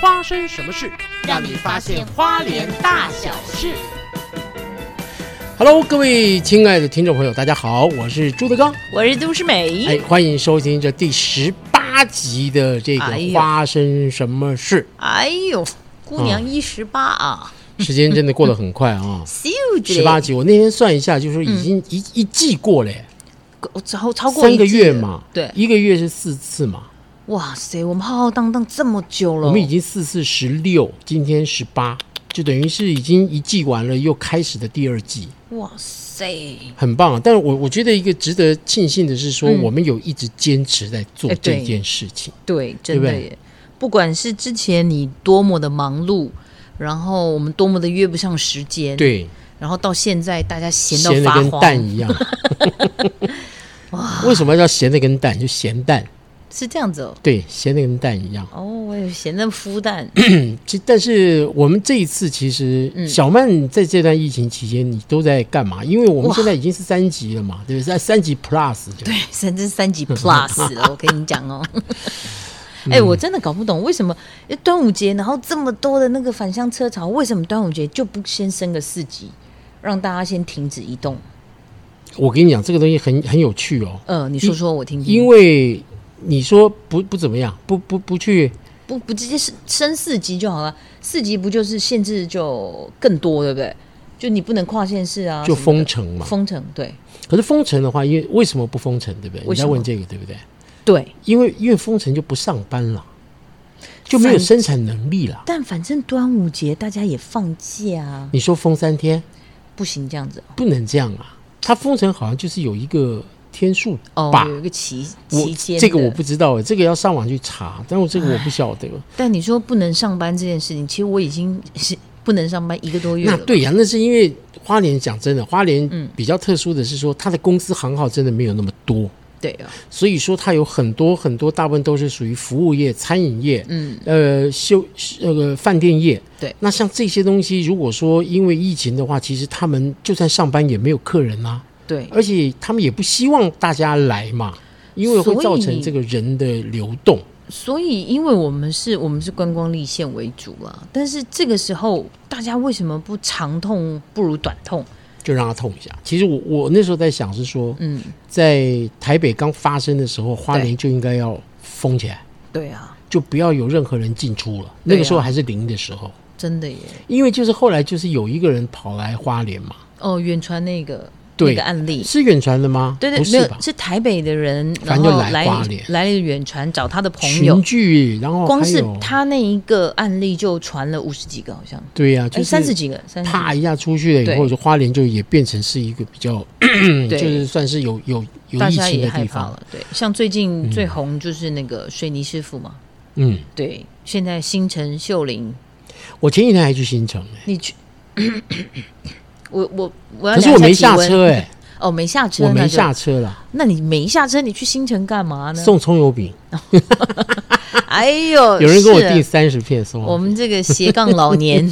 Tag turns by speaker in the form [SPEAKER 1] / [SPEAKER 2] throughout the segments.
[SPEAKER 1] 发生什么事，
[SPEAKER 2] 让你发现花莲大小事。
[SPEAKER 1] Hello，各位亲爱的听众朋友，大家好，我是朱德刚，
[SPEAKER 2] 我是杜诗美，
[SPEAKER 1] 哎，欢迎收听这第十八集的这个
[SPEAKER 2] 哎
[SPEAKER 1] 《
[SPEAKER 2] 呦
[SPEAKER 1] 发生什么 事
[SPEAKER 2] 哎呦，姑娘
[SPEAKER 1] 嗯
[SPEAKER 2] 一十八啊，》，，
[SPEAKER 1] 时间真的过得很快啊
[SPEAKER 2] 咻之类
[SPEAKER 1] 十八集，我那天算一下，就是说已经一一季过了耶，
[SPEAKER 2] 超嗯超过
[SPEAKER 1] 三个
[SPEAKER 2] 一季
[SPEAKER 1] 月
[SPEAKER 2] 了
[SPEAKER 1] 嘛，
[SPEAKER 2] 对，
[SPEAKER 1] 一个月是四次嘛，
[SPEAKER 2] 哇塞，我们浩浩荡荡这么久了，
[SPEAKER 1] 我们已经四次十六，今天十八，就等于是已经一季完了，又开始的第二季，
[SPEAKER 2] 哇塞，
[SPEAKER 1] 很棒、啊。但是我我觉得一个值得庆幸的是说，我们有一直坚持在做
[SPEAKER 2] 嗯哎
[SPEAKER 1] 这
[SPEAKER 2] 对
[SPEAKER 1] 件事情。
[SPEAKER 2] 对，
[SPEAKER 1] 对
[SPEAKER 2] 真
[SPEAKER 1] 不
[SPEAKER 2] 的
[SPEAKER 1] 对
[SPEAKER 2] 耶，不管是之前你多么的忙碌，然后我们多么的约不上时间，，
[SPEAKER 1] 对，
[SPEAKER 2] 然后到现在大家闲到
[SPEAKER 1] 咸的
[SPEAKER 2] 发
[SPEAKER 1] 跟蛋
[SPEAKER 2] 慌，
[SPEAKER 1] 一 样。为什么要咸的跟蛋？就咸蛋，
[SPEAKER 2] 是这样子哦。
[SPEAKER 1] 对，咸的跟蛋一样。
[SPEAKER 2] 哦，我有闲的孵蛋，
[SPEAKER 1] 其但是我们这一次其实、
[SPEAKER 2] 嗯
[SPEAKER 1] 小曼在这段疫情期间，你都在干嘛？因为我们
[SPEAKER 2] 哇
[SPEAKER 1] 现在已经是三级了嘛，对不对？在三级 plus 对不对
[SPEAKER 2] 甚至 三级 plus 了，我跟你讲哦。 哎、我真的搞不懂为什么哎端午节，然后这么多的那个返乡车潮，为什么端午节就不先升个四级，让大家先停止移动？
[SPEAKER 1] 我跟你讲，这个东西很很有趣哦，
[SPEAKER 2] 呃，你说说我听听。
[SPEAKER 1] 因为你说不不怎么样，不不不去，
[SPEAKER 2] 不不直接是升四级就好了，四级不就是限制就更多，对不对？就你不能跨县市啊，
[SPEAKER 1] 就
[SPEAKER 2] 什么
[SPEAKER 1] 封
[SPEAKER 2] 的
[SPEAKER 1] 城嘛。
[SPEAKER 2] 封城，对
[SPEAKER 1] 可是封城的话，因为为什么不封城，对不对？
[SPEAKER 2] 为
[SPEAKER 1] 你
[SPEAKER 2] 什
[SPEAKER 1] 在
[SPEAKER 2] 么
[SPEAKER 1] 问这个，对不对？
[SPEAKER 2] 对。
[SPEAKER 1] 因为因为封城就不上班了，就没有
[SPEAKER 2] 反
[SPEAKER 1] 生产能力了。
[SPEAKER 2] 但反正端午节大家也放假啊，
[SPEAKER 1] 你说封三天
[SPEAKER 2] 不行这样子
[SPEAKER 1] 不能这样啊，它封城好像就是有一个天数
[SPEAKER 2] 哦，
[SPEAKER 1] 吧。
[SPEAKER 2] 有一个期期
[SPEAKER 1] 我
[SPEAKER 2] 间的
[SPEAKER 1] 这个我不知道，啊这个要上网去查，但我这个我不晓得。
[SPEAKER 2] 但你说不能上班这件事情，其实我已经是不能上班一个多月嗯
[SPEAKER 1] 那
[SPEAKER 2] 了。
[SPEAKER 1] 对呀、那是因为花莲讲真的，花莲比较特殊的是说，它的公司行号真的没有那么多。
[SPEAKER 2] 对啊，
[SPEAKER 1] 所以说，它有很多很多，大部分都是属于服务业、餐饮业，嗯，呃，休那个、饭店业。
[SPEAKER 2] 对
[SPEAKER 1] 那像这些东西，如果说因为疫情的话，其实他们就算上班也没有客人啊，
[SPEAKER 2] 对，
[SPEAKER 1] 而且他们也不希望大家来嘛，因为会造成这个人的流动。
[SPEAKER 2] 所以因为我们是我们是观光立县为主啦，但是这个时候大家为什么不长痛不如短痛？
[SPEAKER 1] 就让他痛一下。其实我我那时候在想是说，
[SPEAKER 2] 嗯，
[SPEAKER 1] 在台北刚发生的时候，花莲就应该要封起来，
[SPEAKER 2] 对啊，
[SPEAKER 1] 就不要有任何人进出了。
[SPEAKER 2] 对啊
[SPEAKER 1] 那个时候还是零的时候，
[SPEAKER 2] 真的耶。
[SPEAKER 1] 因为就是后来就是有一个人跑来花莲嘛，
[SPEAKER 2] 哦，远传那个
[SPEAKER 1] 对
[SPEAKER 2] 那个案例，
[SPEAKER 1] 是远传的吗？
[SPEAKER 2] 嗯对对，
[SPEAKER 1] 不
[SPEAKER 2] 没
[SPEAKER 1] 是吧
[SPEAKER 2] 有？是台北的人，
[SPEAKER 1] 反
[SPEAKER 2] 然
[SPEAKER 1] 正
[SPEAKER 2] 后
[SPEAKER 1] 就来
[SPEAKER 2] 来
[SPEAKER 1] 花莲
[SPEAKER 2] 来了远传找他的朋友
[SPEAKER 1] 群，聚，然后
[SPEAKER 2] 光
[SPEAKER 1] 还
[SPEAKER 2] 是
[SPEAKER 1] 有
[SPEAKER 2] 他那一个案例就传了五十几个，好像
[SPEAKER 1] 对呀、就
[SPEAKER 2] 哎
[SPEAKER 1] 是
[SPEAKER 2] 三十几个，三十
[SPEAKER 1] 啪一下出去了以后，
[SPEAKER 2] 对
[SPEAKER 1] 就花莲就也变成是一个比较，嗯
[SPEAKER 2] 对
[SPEAKER 1] 就是算是有有有
[SPEAKER 2] 大
[SPEAKER 1] 疫
[SPEAKER 2] 家
[SPEAKER 1] 情
[SPEAKER 2] 也
[SPEAKER 1] 的
[SPEAKER 2] 害
[SPEAKER 1] 地
[SPEAKER 2] 怕
[SPEAKER 1] 方。
[SPEAKER 2] 了。对，像最近最红就是那个水泥师傅嘛，
[SPEAKER 1] 嗯，
[SPEAKER 2] 对，现在新城秀林，
[SPEAKER 1] 我前几天还去新城、欸，
[SPEAKER 2] 你去，我我我要
[SPEAKER 1] 可是
[SPEAKER 2] 量
[SPEAKER 1] 我
[SPEAKER 2] 一
[SPEAKER 1] 没
[SPEAKER 2] 下
[SPEAKER 1] 下
[SPEAKER 2] 体温
[SPEAKER 1] 车、 欸，
[SPEAKER 2] 哦，没下车，
[SPEAKER 1] 我没
[SPEAKER 2] 那就
[SPEAKER 1] 下，车啦，
[SPEAKER 2] 那你没下车，你去新城干嘛呢？
[SPEAKER 1] 送葱油饼。
[SPEAKER 2] 哎 呦，
[SPEAKER 1] 有人给我
[SPEAKER 2] 是啊
[SPEAKER 1] 订三十片松，
[SPEAKER 2] 我们这个斜杠老 年，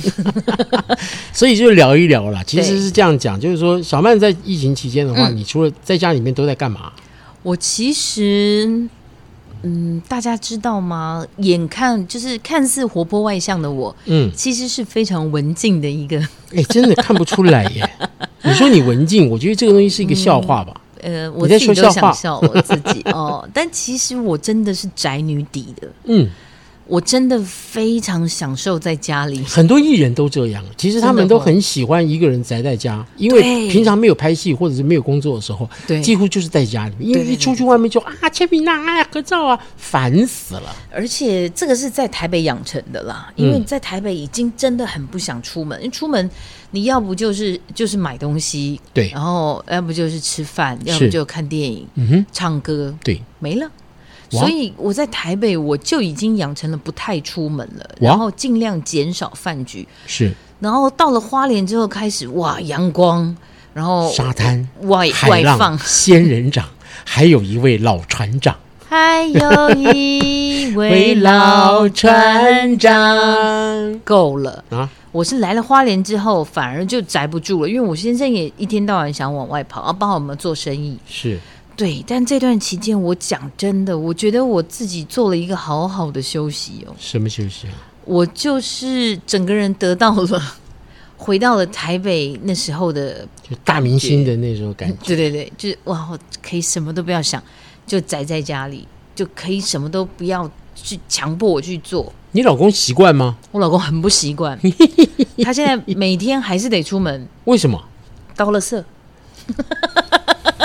[SPEAKER 1] 所以就聊一聊啦。其实
[SPEAKER 2] 对嗯
[SPEAKER 1] 是这样讲，就是说小曼在疫情期间的话，你除了在家里面都在干嘛？
[SPEAKER 2] 我其实，嗯，大家知道吗？眼看就是看似活泼外向的我，
[SPEAKER 1] 嗯，
[SPEAKER 2] 其实是非常文静的一个
[SPEAKER 1] 哎、真的看不出来耶。 你说你文静，我觉得这个东西是一个笑话吧。
[SPEAKER 2] 呃，我
[SPEAKER 1] 你在
[SPEAKER 2] 自己
[SPEAKER 1] 说
[SPEAKER 2] 都
[SPEAKER 1] 笑话
[SPEAKER 2] 想笑我自己哦，但其实我真的是宅女底的，
[SPEAKER 1] 嗯，
[SPEAKER 2] 我真的非常享受在家里。
[SPEAKER 1] 很多艺人都这样，其实他们
[SPEAKER 2] 真的
[SPEAKER 1] 都
[SPEAKER 2] 哦
[SPEAKER 1] 很喜欢一个人宅在家，因为
[SPEAKER 2] 对
[SPEAKER 1] 平常没有拍戏或者是没有工作的时候，
[SPEAKER 2] 对
[SPEAKER 1] 几乎就是在家里面，因为
[SPEAKER 2] 对对哦
[SPEAKER 1] 一出去外面就啊签名啊、哎呀合照啊，烦死了。
[SPEAKER 2] 而且这个是在台北养成的啦，因
[SPEAKER 1] 嗯
[SPEAKER 2] 为在台北已经真的很不想出门，因为出门你要不就是就是买东西，
[SPEAKER 1] 对
[SPEAKER 2] 然后要不就是吃饭，要不就看电影、
[SPEAKER 1] 嗯哼，
[SPEAKER 2] 唱歌，
[SPEAKER 1] 对，
[SPEAKER 2] 没了。
[SPEAKER 1] 哇
[SPEAKER 2] 所以我在台北我就已经养成了不太出门了，
[SPEAKER 1] 哇
[SPEAKER 2] 然后尽量减少饭局，
[SPEAKER 1] 是
[SPEAKER 2] 然后到了花莲之后开始哇阳光，然后
[SPEAKER 1] 沙滩、
[SPEAKER 2] 外
[SPEAKER 1] 海
[SPEAKER 2] 哎外
[SPEAKER 1] 浪、
[SPEAKER 2] 放、
[SPEAKER 1] 仙人掌， 还有一位老船 长。
[SPEAKER 2] 还有一
[SPEAKER 1] 为
[SPEAKER 2] 位
[SPEAKER 1] 老
[SPEAKER 2] 老船
[SPEAKER 1] 船长
[SPEAKER 2] 够了。
[SPEAKER 1] 啊，
[SPEAKER 2] 我是来了花莲之后，反而就宅不住了，因为我先生也一天到晚想往外跑，啊，帮我们做生意。
[SPEAKER 1] 是
[SPEAKER 2] 对，但这段期间，我讲真的，我觉得我自己做了一个好好的休息哦。
[SPEAKER 1] 什么休息啊？
[SPEAKER 2] 我就是整个人得到了，回到了台北那时候的，
[SPEAKER 1] 就大明星的那种感觉。
[SPEAKER 2] 对对对，就是哇，我可以什么都不要想，就宅在家里，就可以什么都不要去强迫我去做。
[SPEAKER 1] 你老公习惯吗？
[SPEAKER 2] 我老公很不习 惯，他现在每天还是得出门
[SPEAKER 1] 为什么？
[SPEAKER 2] 倒垃圾。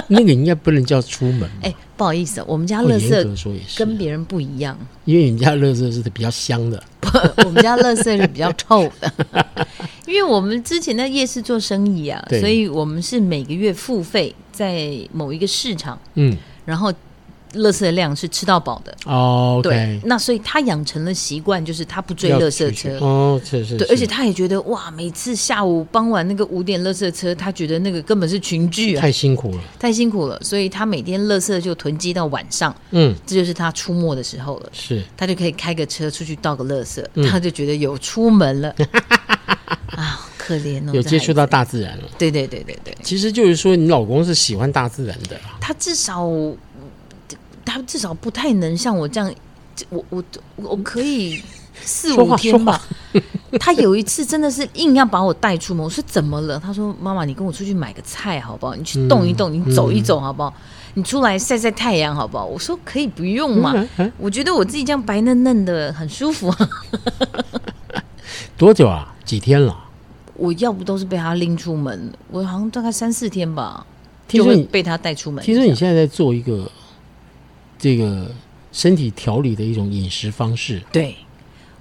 [SPEAKER 1] 那个应该不能叫出门吧。
[SPEAKER 2] 哎、不好意思，我们家
[SPEAKER 1] 哦
[SPEAKER 2] 垃
[SPEAKER 1] 严格
[SPEAKER 2] 圾
[SPEAKER 1] 说也是，
[SPEAKER 2] 跟别人不一样，
[SPEAKER 1] 因为你们家乐色是比较香的，
[SPEAKER 2] 哦 我们家垃圾是比较臭的，因为我们之前在夜市做生意啊，
[SPEAKER 1] 对
[SPEAKER 2] 所以我们是每个月付费在某一个市场，
[SPEAKER 1] 嗯
[SPEAKER 2] 然后垃圾的量是吃到饱的。
[SPEAKER 1] 哦
[SPEAKER 2] 对
[SPEAKER 1] ，OK，，
[SPEAKER 2] 那所以他养成了习惯，就是他不追
[SPEAKER 1] 要
[SPEAKER 2] 垃圾
[SPEAKER 1] 出去
[SPEAKER 2] 车。
[SPEAKER 1] 哦，是是，
[SPEAKER 2] 对，
[SPEAKER 1] 是
[SPEAKER 2] 而且他也觉得哇，每次下午傍晚那个五点垃圾车，他觉得那个根本是群聚啊，
[SPEAKER 1] 太辛苦了，
[SPEAKER 2] 太辛苦了，所以他每天垃圾就囤积到晚上，
[SPEAKER 1] 嗯，
[SPEAKER 2] 这就是他出没的时候了。
[SPEAKER 1] 是
[SPEAKER 2] 他就可以开个车出去倒个垃圾，
[SPEAKER 1] 嗯
[SPEAKER 2] 他就觉得有出 门了啊，可怜哦，
[SPEAKER 1] 有
[SPEAKER 2] 这
[SPEAKER 1] 接触
[SPEAKER 2] 孩子
[SPEAKER 1] 到，大自然了。
[SPEAKER 2] 对对对对对，
[SPEAKER 1] 其实就是说，你老公是喜欢大自然的啦，
[SPEAKER 2] 他至少嗯他至少不太能像我这样，这我我我可以四
[SPEAKER 1] 说
[SPEAKER 2] 五
[SPEAKER 1] 话
[SPEAKER 2] 天吧。 他有一次真的是硬要把我带出门，我说怎么了？他说妈妈，你跟我出去买个菜好不好？你去动一动，
[SPEAKER 1] 嗯
[SPEAKER 2] 你走一走好不好？你出来晒晒太阳好不好？我说可以不用嘛，
[SPEAKER 1] 嗯
[SPEAKER 2] 我觉得我自己这样白嫩嫩的很舒服啊。
[SPEAKER 1] 多久啊？几天了？
[SPEAKER 2] 我要不都是被他拎出门，我好像大概三四天吧，
[SPEAKER 1] 听说
[SPEAKER 2] 就
[SPEAKER 1] 你
[SPEAKER 2] 会被他带出门。
[SPEAKER 1] 听说你现在在做一个这个身体调理的一种饮食方式，
[SPEAKER 2] 对，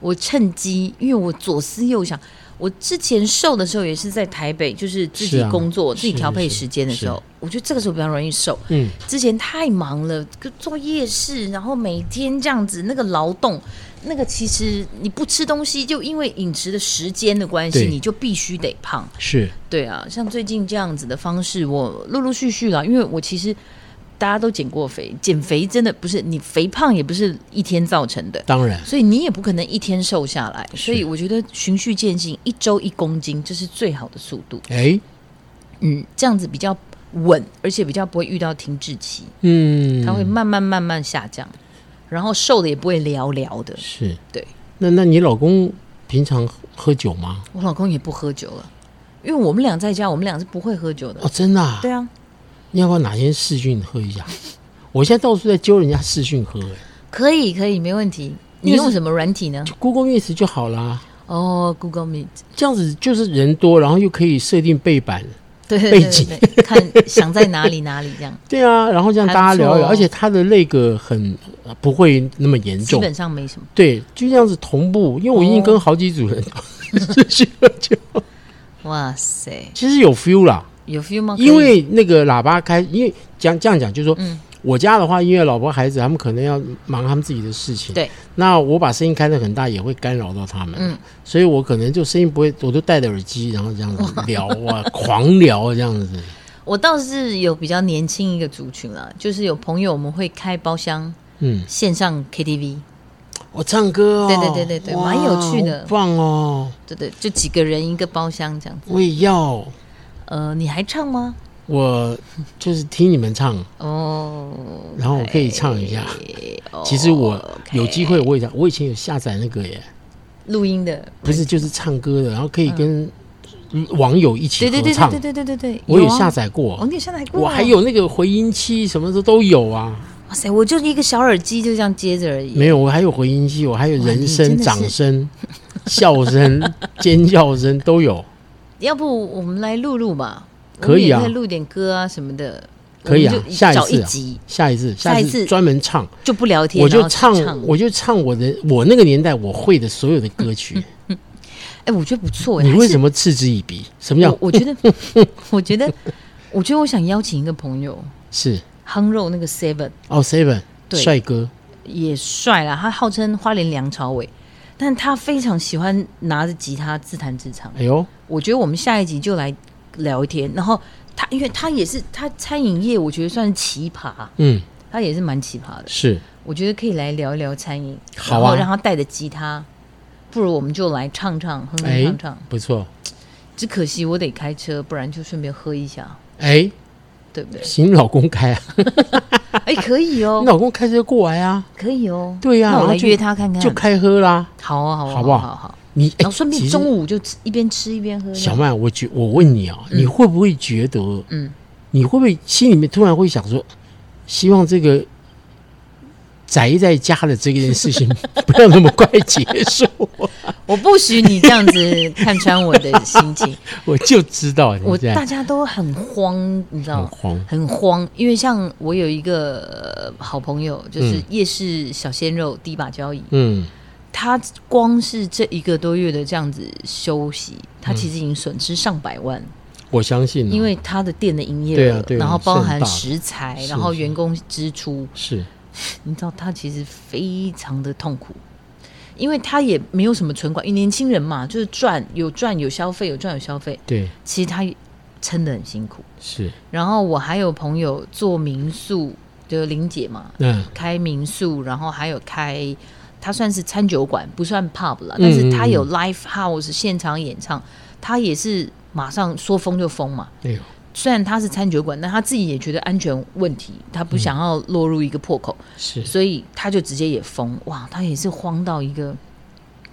[SPEAKER 2] 我趁机，因为我左思右想，我之前瘦的时候也是在台北，就是自
[SPEAKER 1] 是
[SPEAKER 2] 己
[SPEAKER 1] 啊
[SPEAKER 2] 工作、
[SPEAKER 1] 是
[SPEAKER 2] 自己调配
[SPEAKER 1] 是啊
[SPEAKER 2] 时间的时候，我觉得这个时候比较容易瘦。
[SPEAKER 1] 嗯，
[SPEAKER 2] 之前太忙了，就做夜市，然后每天这样子那个劳动，那个其实你不吃东西，就因为饮食的时间的关系，
[SPEAKER 1] 对
[SPEAKER 2] 你就必须得胖。
[SPEAKER 1] 是
[SPEAKER 2] 对啊，像最近这样子的方式，我陆陆续续啦，因为我其实大家都减过肥，减肥真的不是你肥胖也不是一天造成的，
[SPEAKER 1] 当然
[SPEAKER 2] 所以你也不可能一天瘦下来，所以我觉得循序渐进，一周一公斤这是最好的速度，
[SPEAKER 1] 哎，
[SPEAKER 2] 嗯，这样子比较稳，而且比较不会遇到停滞期，
[SPEAKER 1] 嗯，
[SPEAKER 2] 它会慢慢慢慢下降，然后瘦的也不会寥寥的。
[SPEAKER 1] 是
[SPEAKER 2] 对。
[SPEAKER 1] 那那你老公平常喝喝酒吗？
[SPEAKER 2] 我老公也不喝酒了，因为我们俩在家，我们俩是不会喝酒的
[SPEAKER 1] 哦，。真的、啊？
[SPEAKER 2] 对啊，
[SPEAKER 1] 你要不要哪天试训喝一下？ 我现在到处在揪人家试训喝、哎
[SPEAKER 2] 可以可以，没问题。你
[SPEAKER 1] 因为是
[SPEAKER 2] 用什么软体呢？
[SPEAKER 1] 就 Google Meet 就好啦。
[SPEAKER 2] 哦、g o o g l e Meet，
[SPEAKER 1] 这样子就是人多，然后又可以设定背板，
[SPEAKER 2] 对对
[SPEAKER 1] 背
[SPEAKER 2] 对对对，看想在哪里哪里 这样，
[SPEAKER 1] 对啊，然后这样大家
[SPEAKER 2] 还不错
[SPEAKER 1] 聊一聊，
[SPEAKER 2] 哦
[SPEAKER 1] 而且他的那个很呃不会那么严
[SPEAKER 2] 基
[SPEAKER 1] 重，
[SPEAKER 2] 本上没什么。
[SPEAKER 1] 对，就这样子同步，因为我已经跟好几组人
[SPEAKER 2] 哦
[SPEAKER 1] 试训喝酒，
[SPEAKER 2] 哇塞，
[SPEAKER 1] 其实有 feel 啦，
[SPEAKER 2] 有 feel 吗？
[SPEAKER 1] 因
[SPEAKER 2] 可
[SPEAKER 1] 为
[SPEAKER 2] 以
[SPEAKER 1] 那个喇叭开，因为讲这样讲就是说，
[SPEAKER 2] 嗯
[SPEAKER 1] 我家的话，因为老婆孩子他们可能要忙他们自己的事情，
[SPEAKER 2] 对，
[SPEAKER 1] 那我把声音开得很大，也会干扰到他们，
[SPEAKER 2] 嗯，
[SPEAKER 1] 所以我可能就声音不会，我就戴着耳机，然后这样子聊 啊，狂聊这样子，
[SPEAKER 2] 我倒是有比较年轻一个族群啦，就是有朋友我们会开包厢
[SPEAKER 1] 嗯，
[SPEAKER 2] 线上 KTV，
[SPEAKER 1] 我唱歌哦，
[SPEAKER 2] 对对对对对
[SPEAKER 1] 哇
[SPEAKER 2] 蛮有趣的
[SPEAKER 1] 好棒哦，
[SPEAKER 2] 对对，就几个人一个包厢这样子。
[SPEAKER 1] 我也要，
[SPEAKER 2] 呃，你还唱吗？
[SPEAKER 1] 我就是听你们唱，
[SPEAKER 2] 哦，
[SPEAKER 1] 然后我可以唱一下。
[SPEAKER 2] 哦
[SPEAKER 1] 其实我有机会
[SPEAKER 2] OK
[SPEAKER 1] 我也想，我以前有下载那个耶，
[SPEAKER 2] 录音的，
[SPEAKER 1] 不是就是唱歌的，然后可以跟网友一起
[SPEAKER 2] 嗯对对
[SPEAKER 1] 合
[SPEAKER 2] 对
[SPEAKER 1] 唱
[SPEAKER 2] 对，对对对对对，
[SPEAKER 1] 我
[SPEAKER 2] 有
[SPEAKER 1] 有
[SPEAKER 2] 啊
[SPEAKER 1] 下，载过
[SPEAKER 2] 哦，，你有下载过，
[SPEAKER 1] 我还，有那个回音器，什么的都有啊。
[SPEAKER 2] 哇塞，我就是一个小耳机就这样接着而已，
[SPEAKER 1] 没有，我还有回音器，我还有人
[SPEAKER 2] 哇你真
[SPEAKER 1] 声、
[SPEAKER 2] 的是
[SPEAKER 1] 掌声、笑声、尖叫声都有，
[SPEAKER 2] 要不我们来录录吧？
[SPEAKER 1] 可以啊
[SPEAKER 2] 我们也录点歌啊什么的，
[SPEAKER 1] 可以啊
[SPEAKER 2] 我们就
[SPEAKER 1] 下一次啊
[SPEAKER 2] 找一集
[SPEAKER 1] 下一次，
[SPEAKER 2] 下一次
[SPEAKER 1] 专门唱，
[SPEAKER 2] 就不聊天，
[SPEAKER 1] 我
[SPEAKER 2] 然
[SPEAKER 1] 就
[SPEAKER 2] 后
[SPEAKER 1] 唱，
[SPEAKER 2] 唱
[SPEAKER 1] 我就唱我的我那个年代我会的所有的歌曲。
[SPEAKER 2] 哎， 我觉得不错哎，
[SPEAKER 1] 你为
[SPEAKER 2] 么？
[SPEAKER 1] 什么嗤之以鼻？什么叫
[SPEAKER 2] 我我觉得， 我觉得，我觉得我想邀请一个朋友，
[SPEAKER 1] 是？
[SPEAKER 2] 夯肉那个 Seven
[SPEAKER 1] 哦，Seven
[SPEAKER 2] 对
[SPEAKER 1] 帅哥，
[SPEAKER 2] 也帅啦，他号称花莲梁朝伟，但他非常喜欢拿着吉他自弹自唱。
[SPEAKER 1] 哎呦，
[SPEAKER 2] 我觉得我们下一集就来聊一天，然后他，因为他也是他餐饮业，我觉得算是奇葩，
[SPEAKER 1] 嗯，
[SPEAKER 2] 他也是蛮奇葩的。
[SPEAKER 1] 是
[SPEAKER 2] 我觉得可以来聊一聊餐饮，
[SPEAKER 1] 好啊
[SPEAKER 2] 然后让他带着吉他，不如我们就来唱唱，哼哼
[SPEAKER 1] 哎
[SPEAKER 2] 唱唱。
[SPEAKER 1] 不错，
[SPEAKER 2] 只可惜我得开车，不然就顺便喝一下。
[SPEAKER 1] 哎，
[SPEAKER 2] 对不对？
[SPEAKER 1] 请你老公开啊，
[SPEAKER 2] 哎，可以哦
[SPEAKER 1] 你，老公开车过来啊，
[SPEAKER 2] 可以哦。
[SPEAKER 1] 对呀
[SPEAKER 2] 那我来
[SPEAKER 1] 然后就
[SPEAKER 2] 约他看看，
[SPEAKER 1] 就开喝啦。
[SPEAKER 2] 好啊，好啊，
[SPEAKER 1] 好不
[SPEAKER 2] 不
[SPEAKER 1] 好
[SPEAKER 2] 好好。
[SPEAKER 1] 你哎
[SPEAKER 2] 然后顺便中
[SPEAKER 1] 午，
[SPEAKER 2] 午就吃一边吃一边喝。
[SPEAKER 1] 小曼，我觉我问你啊，你会不会觉得，
[SPEAKER 2] 嗯，
[SPEAKER 1] 你会不会心里面突然会想说，希望这个宅在家的这件事 情不要那么快结束？
[SPEAKER 2] 我不许你这样子看穿我的心情。
[SPEAKER 1] 我就知道你
[SPEAKER 2] 我
[SPEAKER 1] 在嗯
[SPEAKER 2] 大哦家都很慌，你知道
[SPEAKER 1] 很
[SPEAKER 2] 吗？
[SPEAKER 1] 慌，
[SPEAKER 2] 很慌，因为像我有一个呃好朋友，就是
[SPEAKER 1] 嗯
[SPEAKER 2] 夜市小鲜肉第一把交椅，
[SPEAKER 1] 嗯
[SPEAKER 2] 他光是这一个多月的这样子休息，他其实已经损失上百万，
[SPEAKER 1] 我相信啊、
[SPEAKER 2] 因为他的店的营业
[SPEAKER 1] 对
[SPEAKER 2] 额，
[SPEAKER 1] 啊对啊
[SPEAKER 2] 然后包
[SPEAKER 1] 是很
[SPEAKER 2] 含
[SPEAKER 1] 大
[SPEAKER 2] 食材，
[SPEAKER 1] 是
[SPEAKER 2] 然后
[SPEAKER 1] 是
[SPEAKER 2] 员工支出，
[SPEAKER 1] 是
[SPEAKER 2] 你知道他其实非常的痛苦，因为他也没有什么存款，因为年轻人嘛，就是赚有赚有消费，有赚有消费，
[SPEAKER 1] 对
[SPEAKER 2] 其实他撑得很辛苦。
[SPEAKER 1] 是
[SPEAKER 2] 然后我还有朋友做民宿，就玲姐嘛，
[SPEAKER 1] 嗯
[SPEAKER 2] 开民宿，然后还有开，他算是餐酒馆，不算 pub 啦，但是他有 live house 现场演唱，他也是马上说封就封嘛。
[SPEAKER 1] 哎呦
[SPEAKER 2] 虽然他是餐酒馆，但他自己也觉得安全问题，他不想要落入一个破口，
[SPEAKER 1] 是
[SPEAKER 2] 所以他就直接也封。哇，他也是慌到一个，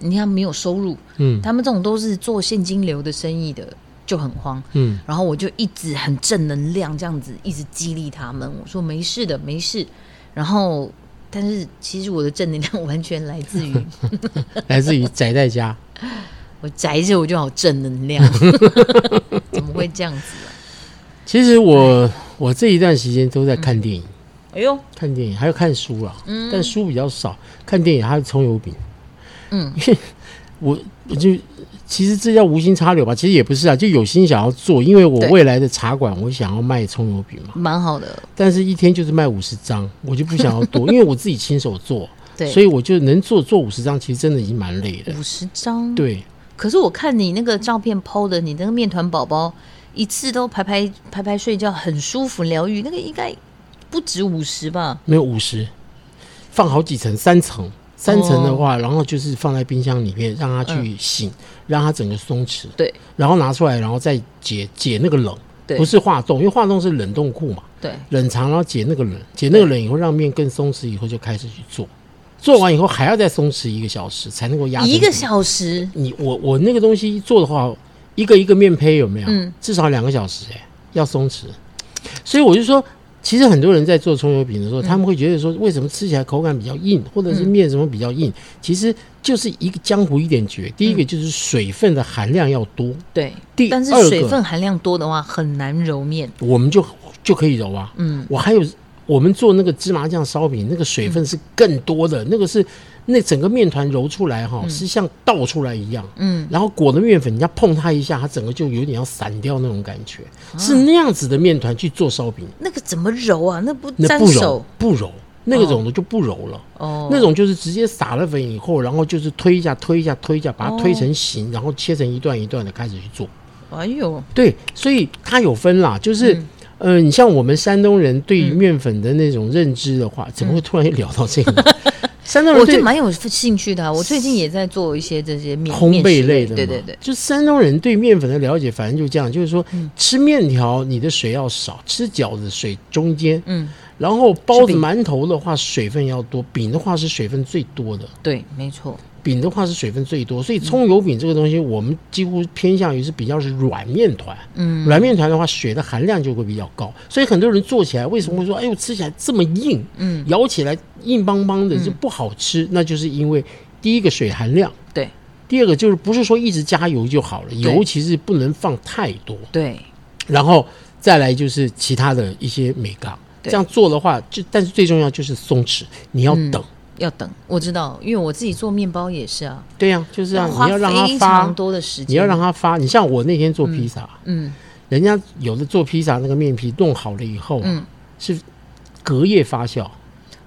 [SPEAKER 2] 你看没有收入，
[SPEAKER 1] 嗯
[SPEAKER 2] 他们这种都是做现金流的生意的，就很慌。
[SPEAKER 1] 嗯
[SPEAKER 2] 然后我就一直很正能量，这样子一直激励他们。我说没事的，没事。然后，但是其实我的正能量完全来 自于
[SPEAKER 1] 来自于宅在家。
[SPEAKER 2] 我宅着，我就好正能 量，怎么会这样子、啊？
[SPEAKER 1] 其实 我我这一段时间都在看电影，
[SPEAKER 2] 哎呦，
[SPEAKER 1] 看电影还有看书啦，但书比较少，看电影还有葱油饼。
[SPEAKER 2] 嗯，
[SPEAKER 1] 因为我我就其实这叫无心插柳吧，其实也不是啊，就有心想要做，因为我
[SPEAKER 2] 对
[SPEAKER 1] 未来的茶馆我想要卖葱油饼嘛，
[SPEAKER 2] 蛮好的，
[SPEAKER 1] 但是一天就是卖五十张，我就不想要 多，因为我自己亲手做，
[SPEAKER 2] 对，
[SPEAKER 1] 所以我就能做做五十张，其实真的已经蛮累的。
[SPEAKER 2] 五十张。
[SPEAKER 1] 对，
[SPEAKER 2] 可是我看你那个照片 PO 的，你那个面团宝宝一次都排排排排睡觉，很舒服疗愈，那个应该不止五十吧？
[SPEAKER 1] 没有五十，放好几层，三层，三层的
[SPEAKER 2] 哦
[SPEAKER 1] 话，然后就是放在冰箱里面，让它去
[SPEAKER 2] 嗯
[SPEAKER 1] 醒，让它整个松弛，
[SPEAKER 2] 对
[SPEAKER 1] 然后拿出来，然后再解解那个冷，
[SPEAKER 2] 对
[SPEAKER 1] 不是化冻，因为化冻是冷冻库嘛，
[SPEAKER 2] 对，
[SPEAKER 1] 冷藏，然后解那个冷，解那个冷以后，让面更松弛，以后就开始去做，做完以后还要再松弛一个小时，才能够压成
[SPEAKER 2] 一个
[SPEAKER 1] 品
[SPEAKER 2] 小时，
[SPEAKER 1] 你我我那个东西做的话，一个一个面胚有没有？
[SPEAKER 2] 嗯
[SPEAKER 1] 至少两个小时哎、要松弛。所以我就说，其实很多人在做葱油饼的时
[SPEAKER 2] 嗯
[SPEAKER 1] 候，他们会觉得说，为什么吃起来口感比较硬，或者是面什么比较硬？其实就是一个江湖一点诀。第一
[SPEAKER 2] 嗯
[SPEAKER 1] 个就是水分的含量要多，
[SPEAKER 2] 对，
[SPEAKER 1] 第
[SPEAKER 2] 但是
[SPEAKER 1] 二个
[SPEAKER 2] 水分含量多的话，很难揉面。
[SPEAKER 1] 我们就就可以揉啊。
[SPEAKER 2] 嗯，
[SPEAKER 1] 我还有我们做那个芝麻酱烧饼，那个水分是更多的，那个是那整个面团揉出来哈、是像倒出来一样。
[SPEAKER 2] 嗯，
[SPEAKER 1] 然后裹的面粉，你要碰它一下，它整个就有点要散掉那种感觉，
[SPEAKER 2] 啊
[SPEAKER 1] 是那样子的面团去做烧饼，
[SPEAKER 2] 那个怎么揉啊？那不
[SPEAKER 1] 那
[SPEAKER 2] 沾
[SPEAKER 1] 不揉
[SPEAKER 2] 手
[SPEAKER 1] 不揉，那种的就不揉了，
[SPEAKER 2] 哦，
[SPEAKER 1] 那种就是直接撒了粉以后，然后就是推一下推一下推一下，把它
[SPEAKER 2] 哦
[SPEAKER 1] 推成形，然后切成一段一段的开始去做。
[SPEAKER 2] 哎呦，
[SPEAKER 1] 对，所以它有分啦，就是。
[SPEAKER 2] 嗯
[SPEAKER 1] 呃，你像我们山东人对于面粉的那种认知的话，怎么会突然聊到这个呢？ 山东人
[SPEAKER 2] 嗯我
[SPEAKER 1] 对
[SPEAKER 2] 就蛮有兴趣的、啊。我最近也在做一些这些面
[SPEAKER 1] 烘
[SPEAKER 2] 面
[SPEAKER 1] 焙
[SPEAKER 2] 食
[SPEAKER 1] 类的嘛，
[SPEAKER 2] 对对对，嗯
[SPEAKER 1] 就山东人对面粉的了解，反正就这样，就是说、吃面条你的水要少，吃饺子水中间，
[SPEAKER 2] 嗯，
[SPEAKER 1] 然后包
[SPEAKER 2] 吃
[SPEAKER 1] 子、
[SPEAKER 2] 饼
[SPEAKER 1] 馒头的话水分要多，饼的话是水分最多的，
[SPEAKER 2] 对，没错，
[SPEAKER 1] 饼的话是水分最多，
[SPEAKER 2] 嗯
[SPEAKER 1] 所以葱油饼这个东西我们几乎偏向于是比较是软面团，
[SPEAKER 2] 嗯，
[SPEAKER 1] 软面团的话水的含量就会比较高，所以很多人做起来为什么会说哎呦吃起来这么硬，
[SPEAKER 2] 嗯，
[SPEAKER 1] 咬起来硬邦邦的就不好吃，那就是因为第一个水含量。
[SPEAKER 2] 对
[SPEAKER 1] 第二个就是不是说一直加油就好了，油其实不能放太多，
[SPEAKER 2] 对，
[SPEAKER 1] 然后再来就是其他的一些美感。
[SPEAKER 2] 对嗯
[SPEAKER 1] 这样做的话，就但是最重要就是松弛，你要等。
[SPEAKER 2] 要等。我知道，因为我自己做面包也是啊，
[SPEAKER 1] 对呀、就是这样，
[SPEAKER 2] 花
[SPEAKER 1] 你要让它
[SPEAKER 2] 非常
[SPEAKER 1] 发，
[SPEAKER 2] 多的时间，
[SPEAKER 1] 你要让它发。你像我那天做披萨，
[SPEAKER 2] 嗯
[SPEAKER 1] 人家有的做披萨那个面皮弄好了以后，啊
[SPEAKER 2] 嗯
[SPEAKER 1] 是隔夜发酵，